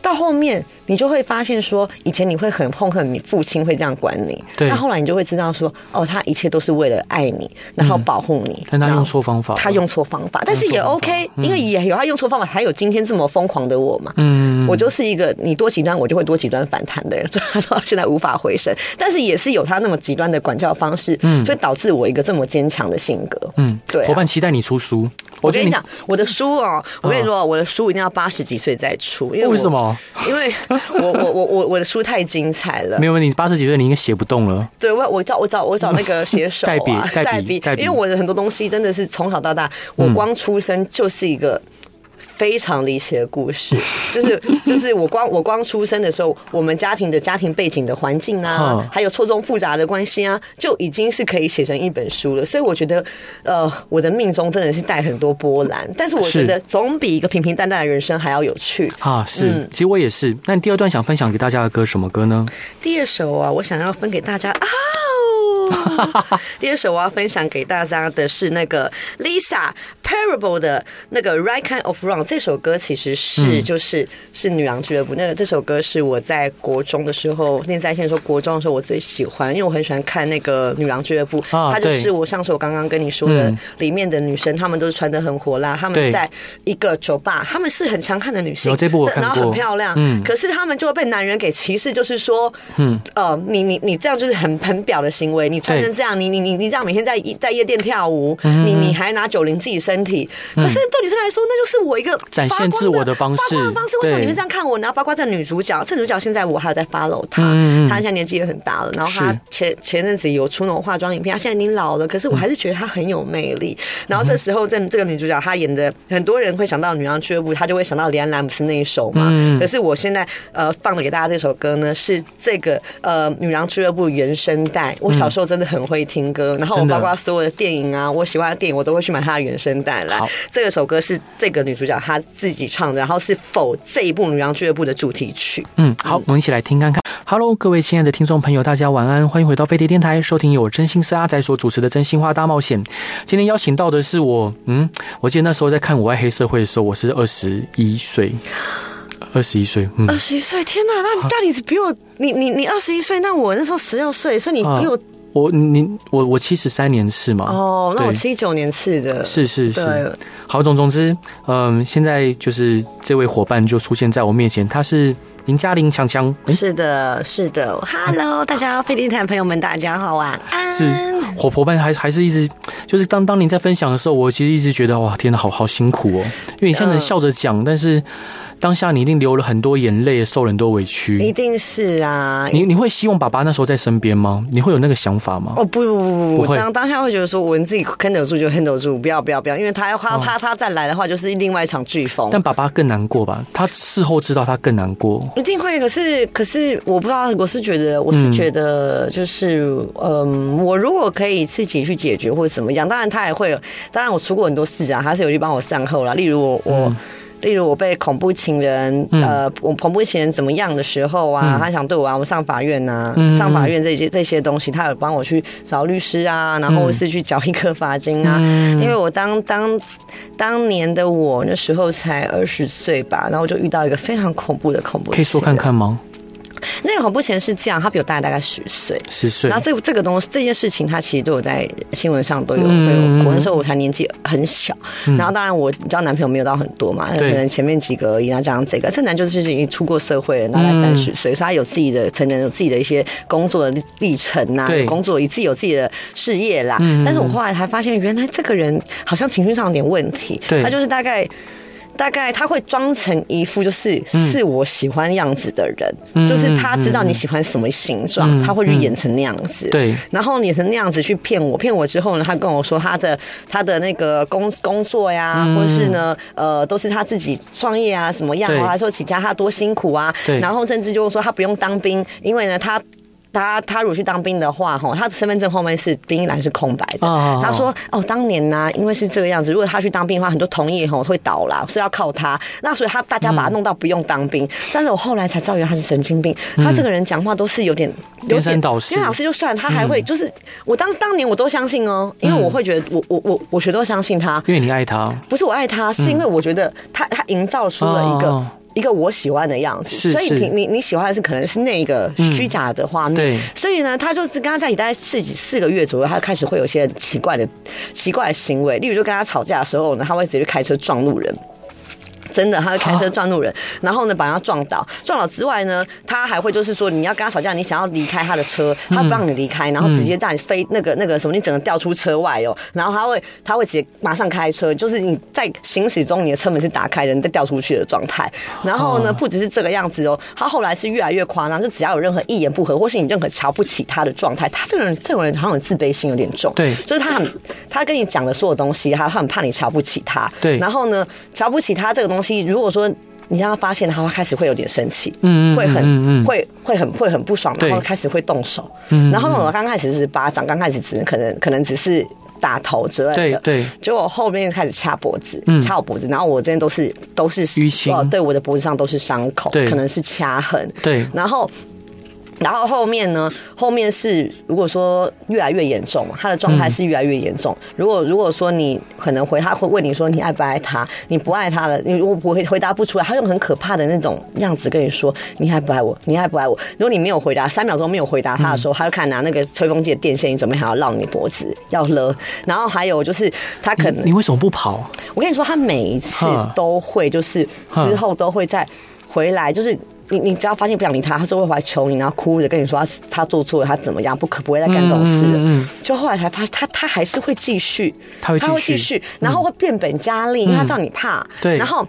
Speaker 2: 到后面，你就会发现说，以前你会很痛恨你父亲会这样管你，
Speaker 1: 对
Speaker 2: 那后来你就会知道说，哦，他一切都是为了爱你，然后保护你。
Speaker 1: 嗯但他
Speaker 2: 然后
Speaker 1: 用错方法了，
Speaker 2: 他用错方法，但是也
Speaker 1: 哦嗯用错方法
Speaker 2: OK，因为也有他用错方法，还有今天这么疯狂的我嘛。
Speaker 1: 嗯，
Speaker 2: 我就是一个你多极端，我就会多极端反弹的人，所以他到现在无法 回升。但是也是有他那么极端的管教方式，嗯，所以导致我一个这么坚强的性格。
Speaker 1: 嗯，
Speaker 2: 对啊
Speaker 1: 伙伴期待你出书，
Speaker 2: 我跟你讲，我的书哦，我跟你说，我的书一定要八十几岁再出，因为
Speaker 1: 嗯
Speaker 2: 我
Speaker 1: 为什？么？
Speaker 2: 因为我我我我我的书太精彩了
Speaker 1: 没。有问题，八十几岁你应该写不动了，
Speaker 2: 对，我我找我找我找那个写手、啊、
Speaker 1: 代笔代笔代笔嗯
Speaker 2: 因为我的很多东西真的是从小到大，我光出生就是一个。非常离奇的 故事，就是就是我光我光出生的时候，我们家庭的家庭背景的环境啊
Speaker 1: 嗯，
Speaker 2: 还有错综复杂的关系啊，就已经是可以写成一本书了。所以我觉得，呃，我的命中真的是带很多波澜，但是我
Speaker 1: 是
Speaker 2: 觉得总比一个平平淡淡的人生还要有趣。
Speaker 1: 啊，是，
Speaker 2: 嗯
Speaker 1: 其实我也是。那你第二段想分享给大家的歌什么歌呢？
Speaker 2: 第二首啊，我想要分给大家啊。哦第二首我要分享给大家的是那个 Lisa Parable 的那个 Right Kind of Wrong 这首歌，其实
Speaker 1: 嗯
Speaker 2: 是、就是是女郎俱乐部。那个这首歌是我在国中的时候念在线的时候，国中的时候我最喜欢，因为我很喜欢看那个女郎俱乐部，
Speaker 1: 啊
Speaker 2: 它就
Speaker 1: 对
Speaker 2: 是我上次我刚刚跟你说的、
Speaker 1: 嗯
Speaker 2: 里面的女生，她们都是穿的很火辣，她
Speaker 1: 对
Speaker 2: 们在一个酒吧，她们是很强悍的女性，
Speaker 1: 有这部我看
Speaker 2: 然后很
Speaker 1: 过
Speaker 2: 漂亮，
Speaker 1: 嗯
Speaker 2: 可是她们就会被男人给歧视，就是说，
Speaker 1: 嗯，
Speaker 2: 呃，你你你这样就是很很表的行为，你穿
Speaker 1: 对嗯
Speaker 2: 成这样，你你你你这样每天在在夜店跳舞，你你还拿酒淋自己身体，可是对女生来说，那就是我一个
Speaker 1: 展
Speaker 2: 发
Speaker 1: 现
Speaker 2: 光
Speaker 1: 自我的方
Speaker 2: 发光
Speaker 1: 式
Speaker 2: 的方式。为什么
Speaker 1: 对
Speaker 2: 你们这样看我？然后包括这女主角，这女主角现在我还有在 follow 她，
Speaker 1: 嗯嗯嗯
Speaker 2: 她现在年纪也很大了，然后她
Speaker 1: 是
Speaker 2: 前前阵子有出那种化妆影片，她现在已经老了，可是我还是觉得她很有魅力。
Speaker 1: 嗯
Speaker 2: 然后这时候这这个女主角她演的，很多人会想到《女郎俱乐部》，她就会想到李安·兰姆斯那一首嘛。
Speaker 1: 嗯
Speaker 2: 可是我现在呃放的给大家这首歌呢，是这个呃《女郎俱乐部》原声带。我小时候真的很会听歌，然后我
Speaker 1: 嗯真的
Speaker 2: 包括所有的电影啊，我喜欢的电影我都会去买它的原声带来
Speaker 1: 好。
Speaker 2: 这个首歌是这个女主角她自己唱的，然后是否这一部《女郎俱乐部》的主题曲。
Speaker 1: 嗯，好，我们一起来听看看。Hello，各位亲爱的听众朋友，大家晚安，欢迎回到飞碟电台，收听由我真心是阿仔所主持的《真心话大冒险》。今天邀请到的是我，嗯，我记得那时候在看《我爱黑社会》的时候，我是二十一岁，二十一岁，嗯
Speaker 2: 二，十一岁，天哪！那那你比我，你你你二十一岁，那我那时候十六岁，所以你呃比我、
Speaker 1: 啊我你我我七十三年是吗？
Speaker 2: 哦，那我
Speaker 1: 啊对
Speaker 2: 七九年次的，
Speaker 1: 是是是
Speaker 2: 对，
Speaker 1: 好总总之，嗯，现在就是这位伙伴就出现在我面前，他是林嘉玲强强，诶
Speaker 2: 是的，是的。Hello，大家飞地毯朋友们，大家好，晚安。
Speaker 1: 嗯是伙伙伴还还是一直就是当当您在分享的时候，我其实一直觉得哇，天哪，好好辛苦哦，因为你现在能
Speaker 2: 嗯
Speaker 1: 笑着讲，但是当下你一定流了很多眼泪，受了很多委
Speaker 2: 一
Speaker 1: 屈。
Speaker 2: 定是啊。
Speaker 1: 你你会希望爸爸那时候在身边吗？你会有那个想法吗？
Speaker 2: 哦不不不
Speaker 1: 不
Speaker 2: 不
Speaker 1: 会
Speaker 2: 不，当当下会觉得说，我自己 handle 住就 handle 住，不要不要不要，因为他要他他他再来的话，就是另外一场飓风。
Speaker 1: 哦但爸爸更难过吧？他事后知道他更难过。
Speaker 2: 一定会，可是可是我不知道，我是觉得我是觉得就是嗯我如果可以自己去解决或者怎么样，当然他也会有，当然我出过很多事啊，他是有去帮我善后啦，例如我我。
Speaker 1: 嗯
Speaker 2: 例如我被恐怖情人，呃，我恐怖情人怎么样的时候啊，他想对我啊，我上法院呐、
Speaker 1: 嗯
Speaker 2: 上法院这些这些东西，他有帮我去找律师啊，然后是去缴一颗罚金啊，
Speaker 1: 嗯
Speaker 2: 因为我当当当年的我那时候才二十岁吧，然后我就遇到一个非常恐怖的恐怖，
Speaker 1: 可以说看。看吗？
Speaker 2: 那个恐怖前是这样，他比我大大概十岁。
Speaker 1: 十岁
Speaker 2: 啊然后这这个东西这件事情，他其实都有在新闻上都有
Speaker 1: 嗯
Speaker 2: 都有过。那时候我才年纪很小，然后当然我你知道男朋友没有到很多嘛，可
Speaker 1: 对
Speaker 2: 能前面几个而已。然后加上这个，这男就是已经出过社会了，大概
Speaker 1: 嗯
Speaker 2: 三十岁，所以他有自己的成人，有自己的一些工作的历历程呐、
Speaker 1: 对嗯
Speaker 2: 有工作，有自己有自己的事业啦。但是我后来才发现，原来这个人好像情绪上有点问题，
Speaker 1: 对
Speaker 2: 他就是大概。大概他会装成一副就是
Speaker 1: 嗯
Speaker 2: 是我喜欢样子的人，就是他知道你喜欢什么形状，
Speaker 1: 嗯
Speaker 2: 他会去演成那样子。
Speaker 1: 对
Speaker 2: 然后你是那样子去骗我，骗我之后呢，他跟我说他的他的那个工工作呀，
Speaker 1: 嗯
Speaker 2: 或者是呢，呃，都是他自己创业啊，什么样
Speaker 1: 对
Speaker 2: 啊，还说起家他多辛苦啊
Speaker 1: 对，
Speaker 2: 然后甚至就是说他不用当兵，因为呢他。他他如果去当兵的话，吼，他的身份证后面是兵一栏是空白的。
Speaker 1: 啊
Speaker 2: 他说：“哦，当年呢、因为是这个样子，如果他去当兵的话，很多同业吼会倒啦，所以要靠他。那所以他大家把他弄到不用当兵。但是我后来才知道，原来他是神经病。
Speaker 1: 嗯
Speaker 2: 他这个人讲话都是有点
Speaker 1: 颠三倒四
Speaker 2: 颠三倒四就算，他还
Speaker 1: 嗯
Speaker 2: 会就是、我当当年我都相信哦，因为我会觉得我我我我全都相信他，
Speaker 1: 因为你爱他，
Speaker 2: 不是我爱他，是因为我觉得他他营造出了一个。
Speaker 1: 嗯哦
Speaker 2: 一个我喜欢的样
Speaker 1: 是
Speaker 2: 子，所以你
Speaker 1: 是嗯
Speaker 2: 你你喜欢的是可能是那个虚假的画面，
Speaker 1: 对
Speaker 2: 所以呢，他就是跟他在一起大概四几四个月左右，他开始会有一些奇怪的奇怪的行为，例如就跟他吵架的时候呢，他会直接开车撞路人。真的，他会开车撞路人，然后呢把他撞倒，撞倒之外呢，他还会就是说你要跟他吵架，你想要离开他的车，他不让你离开，然后直接让你飞那个那个什么，你整个掉出车外哦，然后他会他会直接马上开车，就是你在行驶中你的车门是打开的，你再掉出去的状态。然后呢，不只是这个样子哦，他后来是越来越夸张，就只要有任何一言不合，或是你任何瞧不起他的状态，他这个人这种人好像自卑心有点重，
Speaker 1: 对
Speaker 2: 就是他很他跟你讲的所有东西，他他很怕你瞧不起他，
Speaker 1: 对
Speaker 2: 然后呢，瞧不起他这个东西。西，如果说你让他发现的话，他开始会有点生气，
Speaker 1: 嗯嗯嗯
Speaker 2: 会
Speaker 1: 嗯嗯
Speaker 2: 很会会很会很不爽，
Speaker 1: 对
Speaker 2: 然后开始会动手。
Speaker 1: 嗯
Speaker 2: 然后我刚开始是巴掌，刚开始只是可能可能只是打头之类
Speaker 1: 对
Speaker 2: 的，
Speaker 1: 对，
Speaker 2: 结果后面开始掐脖子
Speaker 1: 嗯，
Speaker 2: 掐我脖子，然后我这边都是都是
Speaker 1: 淤青
Speaker 2: 哦，对，我的脖子上都是伤口，
Speaker 1: 对
Speaker 2: 可能是掐痕，
Speaker 1: 对
Speaker 2: 然后。然后后面呢？后面是如果说越来越严重嘛，他的状态是越来越严重。如果如果说你可能回他会问你说你爱不爱他，你不爱他了，你如果不回回答不出来，他用很可怕的那种样子跟你说你爱不爱我，你爱不爱我。如果你没有回答，三秒钟没有回答他的时候，他就开始拿那个吹风机的电线，你准备好要绕你脖子要勒。然后还有就是他可能
Speaker 1: 你为什么不跑？
Speaker 2: 我跟你说，他每一次
Speaker 1: 哈
Speaker 2: 都会，就是
Speaker 1: 哈
Speaker 2: 之后都会再回来，就是你你只要发现不想理他，他就会回来求你，然后哭着跟你说他他做错了，他怎么样，不可不会再干这种事了。
Speaker 1: 嗯嗯嗯
Speaker 2: 就后来才发现，他他还是会继续，
Speaker 1: 他会继续嗯
Speaker 2: 然后会变本加厉，因为他知道你怕，
Speaker 1: 对
Speaker 2: 然后。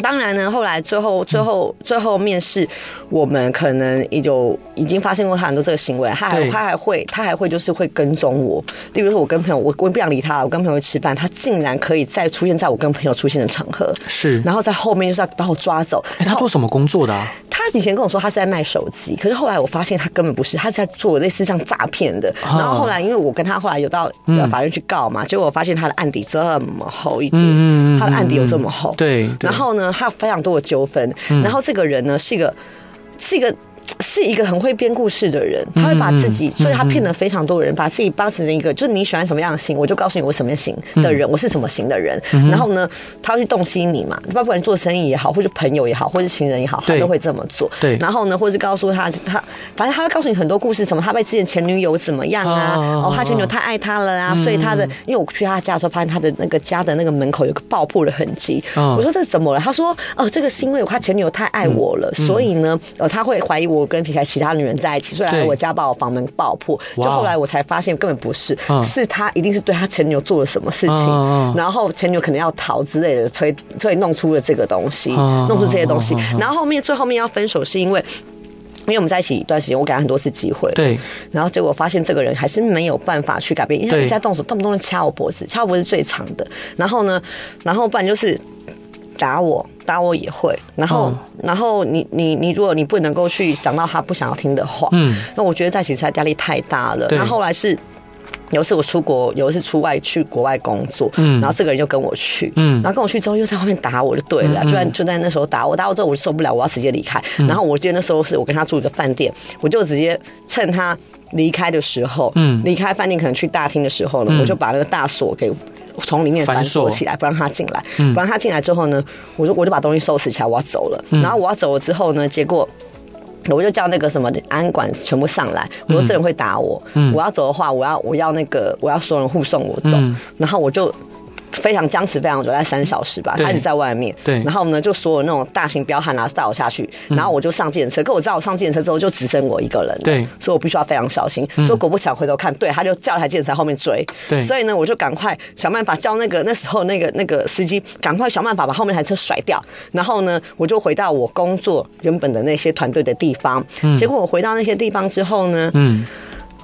Speaker 2: 当然呢，后来最后最后最后面试，我们可能也有已经发现过他很多这个行为，他
Speaker 1: 对
Speaker 2: 还他还会他还会就是会跟踪我，例如说我跟朋友，我我不想理他，我跟朋友吃饭，他竟然可以再出现在我跟朋友出现的场合，
Speaker 1: 是，
Speaker 2: 然后在后面就是要把我抓走。
Speaker 1: 哎，他
Speaker 2: 然后
Speaker 1: 做什么工作的啊？
Speaker 2: 他以前跟我说他是在卖手机，可是后来我发现他根本不是，他是在做类似像诈骗的。
Speaker 1: 啊嗯
Speaker 2: 然后后来因为我跟他后来有到呃法院去告嘛，结果我发现他的案底这么厚一
Speaker 1: 嗯
Speaker 2: 点，
Speaker 1: 嗯嗯嗯
Speaker 2: 他的案底有这么厚，
Speaker 1: 对，对嗯
Speaker 2: 然后呢，他有非常多的纠纷。然后这个人呢，是一个是一个是一个很会编故事的人，
Speaker 1: 嗯
Speaker 2: 他会把自己，所以他骗了非常多人，把自己当成一个就是你喜欢什么样的型，我就告诉你我什么型
Speaker 1: 嗯
Speaker 2: 的人，我是什么型的人。然后呢，他会去洞悉你嘛，包括你做生意也好，或者朋友也好，或者情人也好，他
Speaker 1: 对
Speaker 2: 都会这么做。
Speaker 1: 对
Speaker 2: 然后呢，或是告诉他他，反正他会告诉你很多故事，什么他被之前前女友怎么样啊，
Speaker 1: 哦
Speaker 2: 哦，他前女友太爱他了
Speaker 1: 嗯
Speaker 2: 啊，所以他的，因为我去他家的时候，发现他的那个家的那个门口有个爆破的痕迹，
Speaker 1: 哦
Speaker 2: 我说。我说这怎么了？他说哦，这个是因为他前女友太爱我了，
Speaker 1: 嗯
Speaker 2: 所以呢，呃，他会怀疑我跟其他其他女人在一起，所以来
Speaker 1: 对
Speaker 2: 我家把我房门爆破。就
Speaker 1: 哇哦
Speaker 2: 后来我才发现根本不是，
Speaker 1: 嗯
Speaker 2: 是他一定是对他前女友做了什么事情，
Speaker 1: 嗯嗯嗯
Speaker 2: 然后前女友可能要逃之类的，所以所以弄出了这个东西，
Speaker 1: 嗯
Speaker 2: 弄出这些东西
Speaker 1: 嗯嗯。
Speaker 2: 然后后面最后面要分手是因为。因为我们在一起一段时间，我给他很多次机会，
Speaker 1: 对，
Speaker 2: 然后结果发现这个人还是没有办法去改变，因为他
Speaker 1: 对
Speaker 2: 一直在动手，动不动就掐我脖子，掐我脖子最长的。然后呢，然后不然就是打我，打我也会。然后，
Speaker 1: 哦
Speaker 2: 然后你你你，如果你不能够去讲到他不想要听的话，
Speaker 1: 嗯，
Speaker 2: 那我觉得在一起才压力太大了。
Speaker 1: 对
Speaker 2: 然后后来是。有一次我出国，有一次出外去国外工作，
Speaker 1: 嗯
Speaker 2: 然后这个人就跟我去，
Speaker 1: 嗯
Speaker 2: 然后跟我去之后又在外面打我，就对了，就在就在那时候打我，打我之后我就受不了，我要直接离开。
Speaker 1: 嗯
Speaker 2: 然后我记得那时候是我跟他住一个饭店，我就直接趁他离开的时候，
Speaker 1: 嗯
Speaker 2: 离开饭店可能去大厅的时候呢，我就把那个大锁给从里面反锁
Speaker 1: 反锁嗯
Speaker 2: 起来，不让他进来，不让他进来之后呢，我就我就把东西收拾起来，我要走了。
Speaker 1: 嗯
Speaker 2: 然后我要走了之后呢，结果。我就叫那个什么安管全部上来，我说这人会打我，我要走的话，我要我要那个我要所有人护送我走，
Speaker 1: 嗯
Speaker 2: 然后我就。非常僵持，非常久，大概三小时吧。
Speaker 1: 对
Speaker 2: 他一直在外面，
Speaker 1: 对嗯
Speaker 2: 然后呢，就所有那种大型彪悍啊，带我下去，然后我就上电车。可我知道我上电车之后就只剩我一个人了，
Speaker 1: 对嗯
Speaker 2: 所以我必须要非常小心。所以果不其然回头看，对，他就叫一台电车在后面追，
Speaker 1: 对
Speaker 2: 所以呢，我就赶快想办法叫那个那时候那个那个司机赶快想办法把后面那台车甩掉。然后呢，我就回到我工作原本的那些团队的地方。结果我回到那些地方之后呢，
Speaker 1: 嗯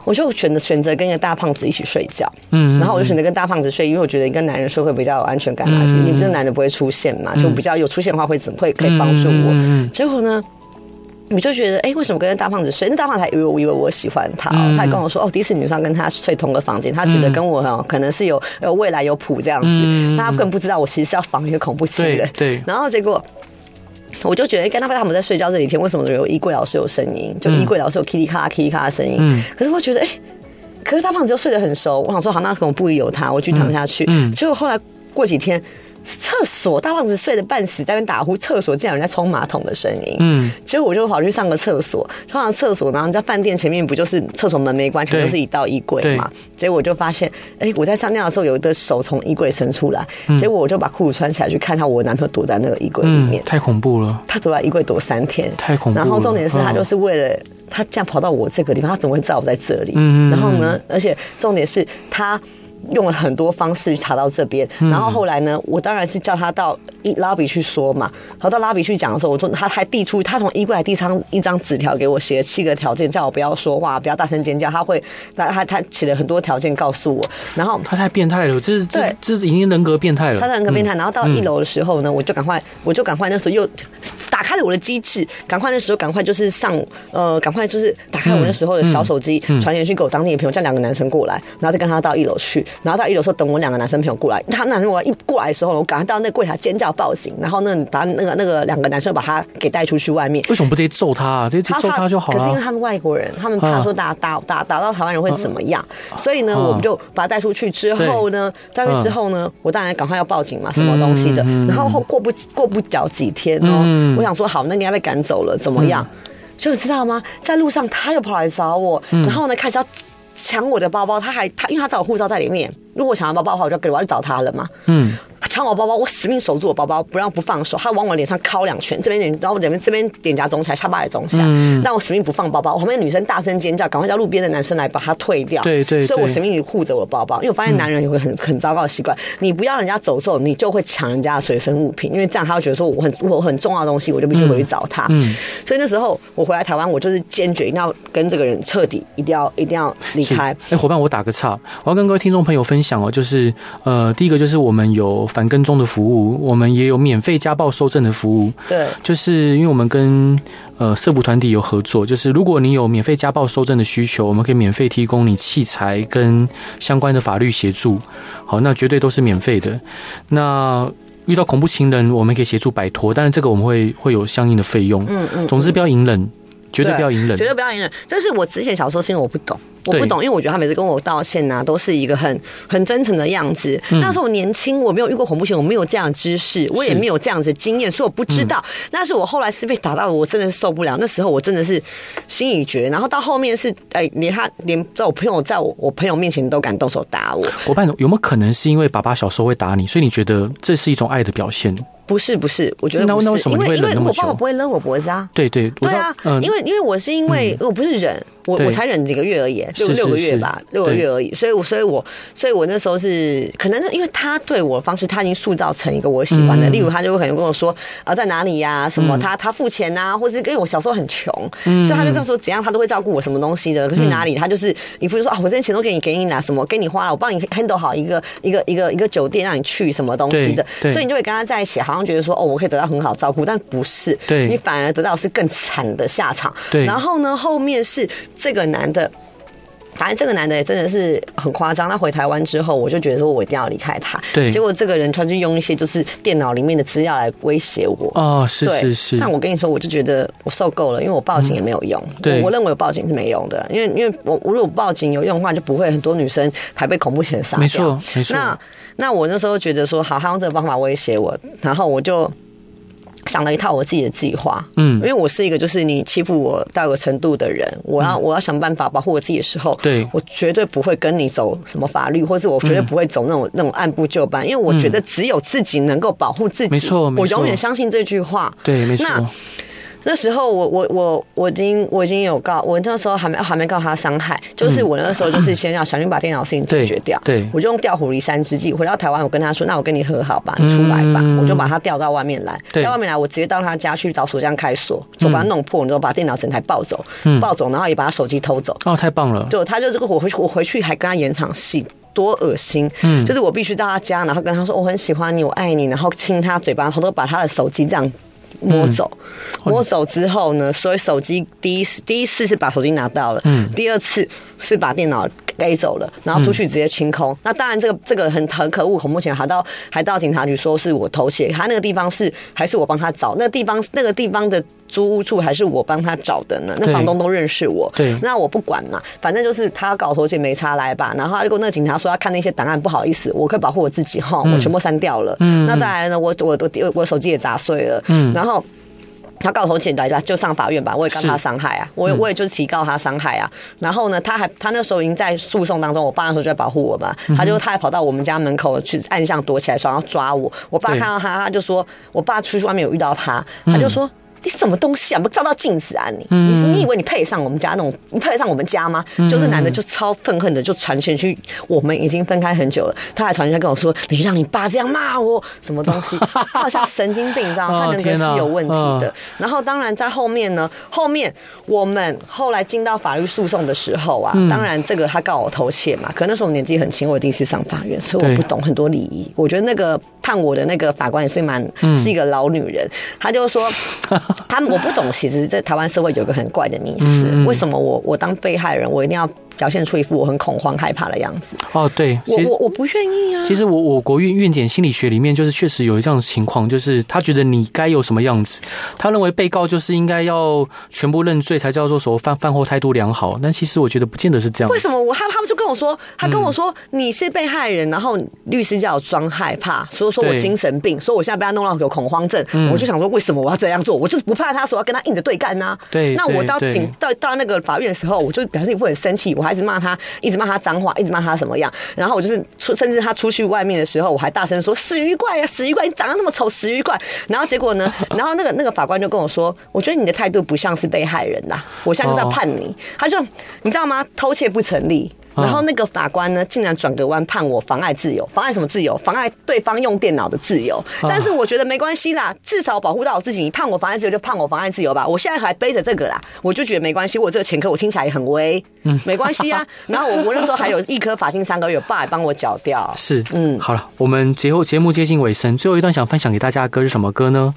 Speaker 2: 我就选择选择跟一个大胖子一起睡觉，
Speaker 1: 嗯，
Speaker 2: 然后我就选择跟大胖子睡，因为我觉得跟男人睡会比较有安全感嘛，因为
Speaker 1: 嗯
Speaker 2: 那男的不会出现嘛，就比较有出现的话会怎会可以帮助我。
Speaker 1: 嗯嗯嗯
Speaker 2: 结果呢？我就觉得，哎、为什么跟大胖子睡？那大胖子还以为我以为我喜欢他、哦，
Speaker 1: 嗯
Speaker 2: 他还跟我说，哦，第一次女生跟他睡同个房间，他觉得跟我哦、可能是有有未来有谱这样子，
Speaker 1: 嗯嗯嗯
Speaker 2: 但他根本不知道我其实是要防一个恐怖情人。
Speaker 1: 对对
Speaker 2: 然后结果我就觉得，哎，跟他他们在睡觉这几天，为什么有衣柜老是有声音？就衣柜老是有 kitty 咔 kitty 咔的声音。
Speaker 1: 嗯
Speaker 2: 可是我觉得，哎，可是大胖子又睡得很熟，我想说，好，那可能我不由他，我去躺下去。
Speaker 1: 嗯嗯
Speaker 2: 结果后来过几天，厕所大胖子睡得半死，在那边打呼，厕所竟然有人在冲马桶的声音。
Speaker 1: 嗯，
Speaker 2: 结果我就跑去上个厕所，上完厕所，然后你在饭店前面不就是厕所门没关，前面
Speaker 1: 对
Speaker 2: 就是一道衣柜嘛。结果我就发现，哎、我在上尿的时候，有一个手从衣柜伸出来，结果我就把裤子穿起来去看一下，我男朋友躲在那个衣柜里面。
Speaker 1: 嗯，太恐怖了，
Speaker 2: 他躲在衣柜躲三天，
Speaker 1: 太恐怖了
Speaker 2: 然后重点是他
Speaker 1: 嗯
Speaker 2: 就是为了、他这样跑到我这个地方，他怎么会知道我在这里？
Speaker 1: 嗯嗯嗯
Speaker 2: 然后呢，而且重点是他。用了很多方式查到这边，
Speaker 1: 嗯
Speaker 2: 然后后来呢，我当然是叫他到一拉比去说嘛。然后到拉比去讲的时候，我说他还递出，他从衣柜还递上一张纸条给我，写了七个条件，叫我不要说话，不要大声尖叫。他会，他他他写了很多条件告诉我，然后
Speaker 1: 他太变态了，这是这
Speaker 2: 对
Speaker 1: 这是已经人格变态了。
Speaker 2: 他是很个变态。
Speaker 1: 嗯
Speaker 2: 然后到一楼的时候呢，我就赶快，我就赶快那时候又打开了我的机制，赶快那时候赶快就是上呃，赶快就是打开我那时候的小手机，传简讯给我当地的朋友，叫两个男生过来，然后再跟他到一楼去。然后到一楼的时候，等我两个男生朋友过来，他们男生我一过来的时候，我赶快到那个柜台尖叫报警，然后那把那个那个两个男生把他给带出去外面。
Speaker 1: 为什么不直接揍他啊？直接
Speaker 2: 他
Speaker 1: 揍他就好
Speaker 2: 可是因为
Speaker 1: 了。
Speaker 2: 他们外国人，他们怕说打打打打到台湾人会怎么样，所以呢，
Speaker 1: 啊
Speaker 2: 我们就把他带出去之后呢，带出去之后
Speaker 1: 嗯
Speaker 2: 呢，我当然赶快要报警嘛，什么东西的。然后后过不过不了几天
Speaker 1: 嗯
Speaker 2: 哦，我想说好，那你要被赶走了，怎么样？就你知道吗？在路上他又跑来找我，
Speaker 1: 嗯
Speaker 2: 然后呢开始要抢我的包包，他还他因为他找我护照在里面，如果我抢他包包的话，我就要给我要去找他了嘛。
Speaker 1: 嗯，
Speaker 2: 抢我包包，我死命守住我包包，不让不放手。他往我脸上敲两拳，这边脸，然后我这边这边脸颊肿起来，下巴也肿起来。
Speaker 1: 嗯
Speaker 2: 啊但我死命不放包包。我旁边的女生大声尖叫，赶快叫路边的男生来把他退掉。
Speaker 1: 对对
Speaker 2: 所以我
Speaker 1: 对
Speaker 2: 死命护着我的包包，因为我发
Speaker 1: 嗯
Speaker 2: 现男人有个很很糟糕的习惯，你不要人家走之后，你就会抢人家的随身物品，因为这样他会觉得说我很我很重要的东西，我就必须回去找他。
Speaker 1: 嗯
Speaker 2: 所以那时候我回来台湾，我就是坚决一定要跟这个人彻底一定要一定要离
Speaker 1: 是
Speaker 2: 开
Speaker 1: 哎。、伙伴，我打个岔，我要跟各位听众朋友分享哦，就是呃，第一个就是我们有反跟踪的服务，我们也有免费家暴收证的服务。
Speaker 2: 对，
Speaker 1: 就是因为我们跟呃社服团体有合作，就是如果你有免费家暴收证的需求，我们可以免费提供你器材跟相关的法律协助。好，那绝对都是免费的。那遇到恐怖情人，我们可以协助摆脱，但是这个我们会会有相应的费用。
Speaker 2: 嗯嗯。
Speaker 1: 总之不要隐忍，绝对不要隐忍
Speaker 2: 绝。对不要隐忍。就是我之前小时候是因为我不懂，我
Speaker 1: 对
Speaker 2: 不懂，因为我觉得他每次跟我道歉呐、都是一个很很真诚的样子。
Speaker 1: 嗯
Speaker 2: 那时候我年轻，我没有遇过恐怖情人，我没有这样的知识，我也没有这样子的经验，所以我不
Speaker 1: 嗯
Speaker 2: 知道。那是我后来是被打到，我真的是受不了。那时候我真的是心已决，然后到后面是哎、连他连在我朋友在我我朋友面前都敢动手打我，
Speaker 1: 伙伴有没有可能是因为爸爸小时候会打你，所以你觉得这是一种爱的表现？
Speaker 2: 不是不是，我觉得
Speaker 1: 那
Speaker 2: 不是
Speaker 1: 那为什么
Speaker 2: 因
Speaker 1: 你会
Speaker 2: 为因
Speaker 1: 忍
Speaker 2: 为
Speaker 1: 那么
Speaker 2: 我爸
Speaker 1: 久
Speaker 2: 爸不会勒我脖子啊。
Speaker 1: 对对，我
Speaker 2: 对
Speaker 1: 知道，
Speaker 2: 啊，
Speaker 1: 嗯
Speaker 2: 因为因为我是因为我不是忍，我
Speaker 1: 对
Speaker 2: 我才忍几个月而已，
Speaker 1: 是是
Speaker 2: 六六个月吧
Speaker 1: 是，
Speaker 2: 六个月而已。所以我，所以我，所以我那时候是可能是因为他对我的方式，他已经塑造成一个我喜
Speaker 1: 嗯
Speaker 2: 欢的。例如，他就会可能跟我说啊，在哪里呀、什么他他付钱呐、或者因为我小时候很穷，
Speaker 1: 嗯
Speaker 2: 所以他就跟我说怎样，他都会照顾我什么东西的。可是哪里，他就是你不是说啊，我这些钱都给你给你拿什么，给你花了，我帮你 handle 好一个一个一个一个酒店让你去什么东西的，
Speaker 1: 对对
Speaker 2: 所以你就会跟他在一起，好像觉得说哦，我可以得到很好照顾，但不是，
Speaker 1: 对
Speaker 2: 你反而得到是更惨的下场。
Speaker 1: 对
Speaker 2: 然后呢，后面是这个男的。反正这个男的也真的是很夸张。他回台湾之后，我就觉得说我一定要离开他。
Speaker 1: 对
Speaker 2: 结果这个人他就用一些就是电脑里面的资料来威胁我。
Speaker 1: 哦，是
Speaker 2: 对，
Speaker 1: 是是，
Speaker 2: 但我跟你说，我就觉得我受够了，因为我报警也没有用。
Speaker 1: 对
Speaker 2: 我我认为我报警是没用的，因为因为我我如果报警有用的话，就不会很多女生还被恐怖情人杀掉。
Speaker 1: 没错没错
Speaker 2: 那那我那时候觉得说，好，他用这个方法威胁我，然后我就。想了一套我自己的计划，
Speaker 1: 嗯
Speaker 2: 因为我是一个就是你欺负我到个程度的人，我要、我要想办法保护我自己的时候，
Speaker 1: 嗯对
Speaker 2: 我绝对不会跟你走什么法律，或是我绝对不会走那种、那种按部就班，因为我觉得只有自己能够保护自己，
Speaker 1: 嗯没错没
Speaker 2: 我
Speaker 1: 错
Speaker 2: 永远相信这句话，
Speaker 1: 对，没错，
Speaker 2: 那那时候我我我我已经我已经有告，我那时候还没还没告他伤害，就是我那时候就是先要小心把电脑事情解决掉，
Speaker 1: 嗯对对
Speaker 2: 我就用调虎离山之计，回到台湾我跟他说，那我跟你和好吧，你出来吧，
Speaker 1: 嗯
Speaker 2: 我就把他调到外面来，
Speaker 1: 对
Speaker 2: 调到外面来，我直接到他家去找锁匠开锁，就把他弄破，然后把电脑整台抱走，
Speaker 1: 嗯
Speaker 2: 抱走，然后也把他手机偷走，
Speaker 1: 哦，太棒了，
Speaker 2: 就他就这个我回去我回去还跟他演场戏。多恶心！嗯，就是我必须到他家，然后跟他说我很喜欢你，我爱你，然后亲他嘴巴，偷偷把他的手机这样摸走。摸走之后呢，所以手机第一次第一次是把手机拿到了，
Speaker 1: 嗯
Speaker 2: 第二次是把电脑给走了，然后出去直接清空。那当然，这个这个很很可恶，恐怖情人还到还到警察局说是我偷窃，他那个地方是还是我帮他找，那个地方那个地方的租屋处还是我帮他找的呢，那
Speaker 1: 对
Speaker 2: 房东都认识我，
Speaker 1: 对
Speaker 2: 那我不管嘛，反正就是他搞偷窃没差来吧。然后如果那个警察说要看那些档案，不好意思，我可以保护我自己哈，我全部删掉了。
Speaker 1: 嗯
Speaker 2: 那当然呢，我我我我手机也砸碎了，
Speaker 1: 嗯
Speaker 2: 然后。他告头简单就就上法院吧，我也告
Speaker 1: 是
Speaker 2: 他
Speaker 1: 嗯
Speaker 2: 伤害啊，我也我也就是提告他伤害啊。然后呢，他还他那时候已经在诉讼当中，我爸那时候就在保护我嘛，
Speaker 1: 嗯
Speaker 2: 他就他还跑到我们家门口去暗巷躲起来，想要抓我。我爸
Speaker 1: 对嗯
Speaker 2: 看到他，他就说，我爸出去外面有遇到他，他就说。你什么东西啊？不照照镜子啊你！你你以为你配上我们家那种？你配得上我们家吗？
Speaker 1: 嗯
Speaker 2: 就是男的就超愤恨的就传讯去，我们已经分开很久了，他还传讯跟我说：“你让你爸这样骂我，什么东西？”他好像神经病，你 知道
Speaker 1: 哦
Speaker 2: 吗？他人格是有问题
Speaker 1: 嗯
Speaker 2: 的。 然后当然在后面呢，后面我们后来进到法律诉讼的时候啊，
Speaker 1: 嗯
Speaker 2: 当然这个他告我偷窃嘛，可那时候我年纪很轻，我第一次上法院，所以我不懂很多礼仪。我觉得那个判我的那个法官也是蛮
Speaker 1: 嗯
Speaker 2: 是一个老女人，她 就说，他我不懂，其实在台湾社会有个很怪的迷思，
Speaker 1: 嗯
Speaker 2: 为什么我我当被害人，我一定要表现出一副我很恐慌害怕的样子？
Speaker 1: 哦，对，
Speaker 2: 我
Speaker 1: 其实
Speaker 2: 我我不愿意啊。
Speaker 1: 其实我我国院院检心理学里面就是确实有这样的情况，就是他觉得你该有什么样子，他认为被告就是应该要全部认罪才叫做所谓犯犯后态度良好，但其实我觉得不见得是这样子。嗯
Speaker 2: 为什么我他他们就跟我说，他跟我说、你是被害人，然后律师叫我装害怕，所以说我
Speaker 1: 对嗯
Speaker 2: 精神病，所以我现在被他弄到有恐慌症，我就想说为什么我要这样做？我就是不怕他，所以要跟他硬着对干呐、
Speaker 1: 对
Speaker 2: 那我
Speaker 1: 对
Speaker 2: 到
Speaker 1: 对
Speaker 2: 警到到那个法院的时候，我就表现一副很生气，我还一直骂他，一直骂他脏话，一直骂他什么样，然后我就是出，甚至他出去外面的时候，我还大声说死鱼怪啊，死鱼怪，你长得那么丑，死鱼怪。然后结 果呢，然后那个那个法官就跟我说，我觉得你的态度不像是被害人啦，我现在就是要
Speaker 1: 哦
Speaker 2: 判你。他就你知道吗？偷窃不成立。然后那个法官呢，竟然转个弯判我妨碍自由，妨碍什么自由？妨碍对方用电脑的自由。但是我觉得没关系啦，至少保护到我自己。你判我妨碍自由就判我妨碍自由吧。我现在还背着这个啦，我就觉得没关系。我这个前科我听起来也很微，没关系啊。然后我我那时候还有一颗罚金三个月，我爸也帮我缴掉。
Speaker 1: 是，嗯，
Speaker 2: 嗯
Speaker 1: 好了，我们节后节目接近尾声，最后一段想分享给大家的歌是什么歌 呢？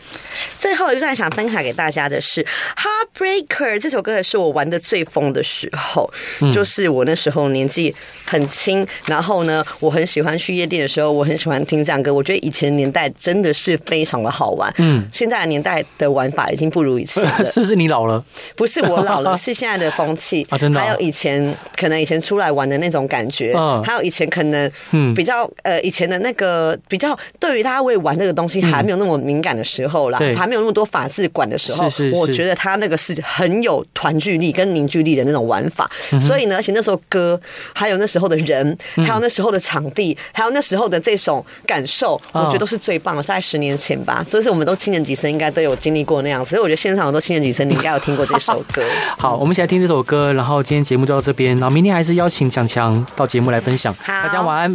Speaker 2: 最后一段想分享给大家的是《Heartbreaker》这首歌，也是我玩的最疯的时候，就是我那时候年纪很轻，然后呢，我很喜欢去夜店的时候，我很喜欢听这样歌。我觉得以前年代真的是非常的好玩，嗯，现在的年代的玩法已经不如以前了。
Speaker 1: 是不是你老了？
Speaker 2: 不是我老了，是现在的风气
Speaker 1: 啊真的啊
Speaker 2: 还有以前可能以前出来玩的那种感觉，
Speaker 1: 嗯
Speaker 2: 还有以前可能
Speaker 1: 嗯
Speaker 2: 比较、呃以前的那个比较对于大家为玩这个东西还没有那么敏感的时候啦，
Speaker 1: 嗯对
Speaker 2: 还没有那么多法制管的时候，
Speaker 1: 是是是
Speaker 2: 我觉得他那个是很有团聚力跟凝聚力的那种玩法。所以呢，而且那时候歌，还有那时候的人，还有那时候的场地，还有那时候的这种感受，
Speaker 1: 哦
Speaker 2: 我觉得都是最棒的。是在十年前吧，就是我们都七年级生应该都有经历过那样，所以我觉得现场很多七年级生你应该有听过这首歌。
Speaker 1: 好，我们一起来听这首歌，然后今天节目就到这边，然后明天还是邀请强强到节目来分享。
Speaker 2: 好
Speaker 1: 大家晚安。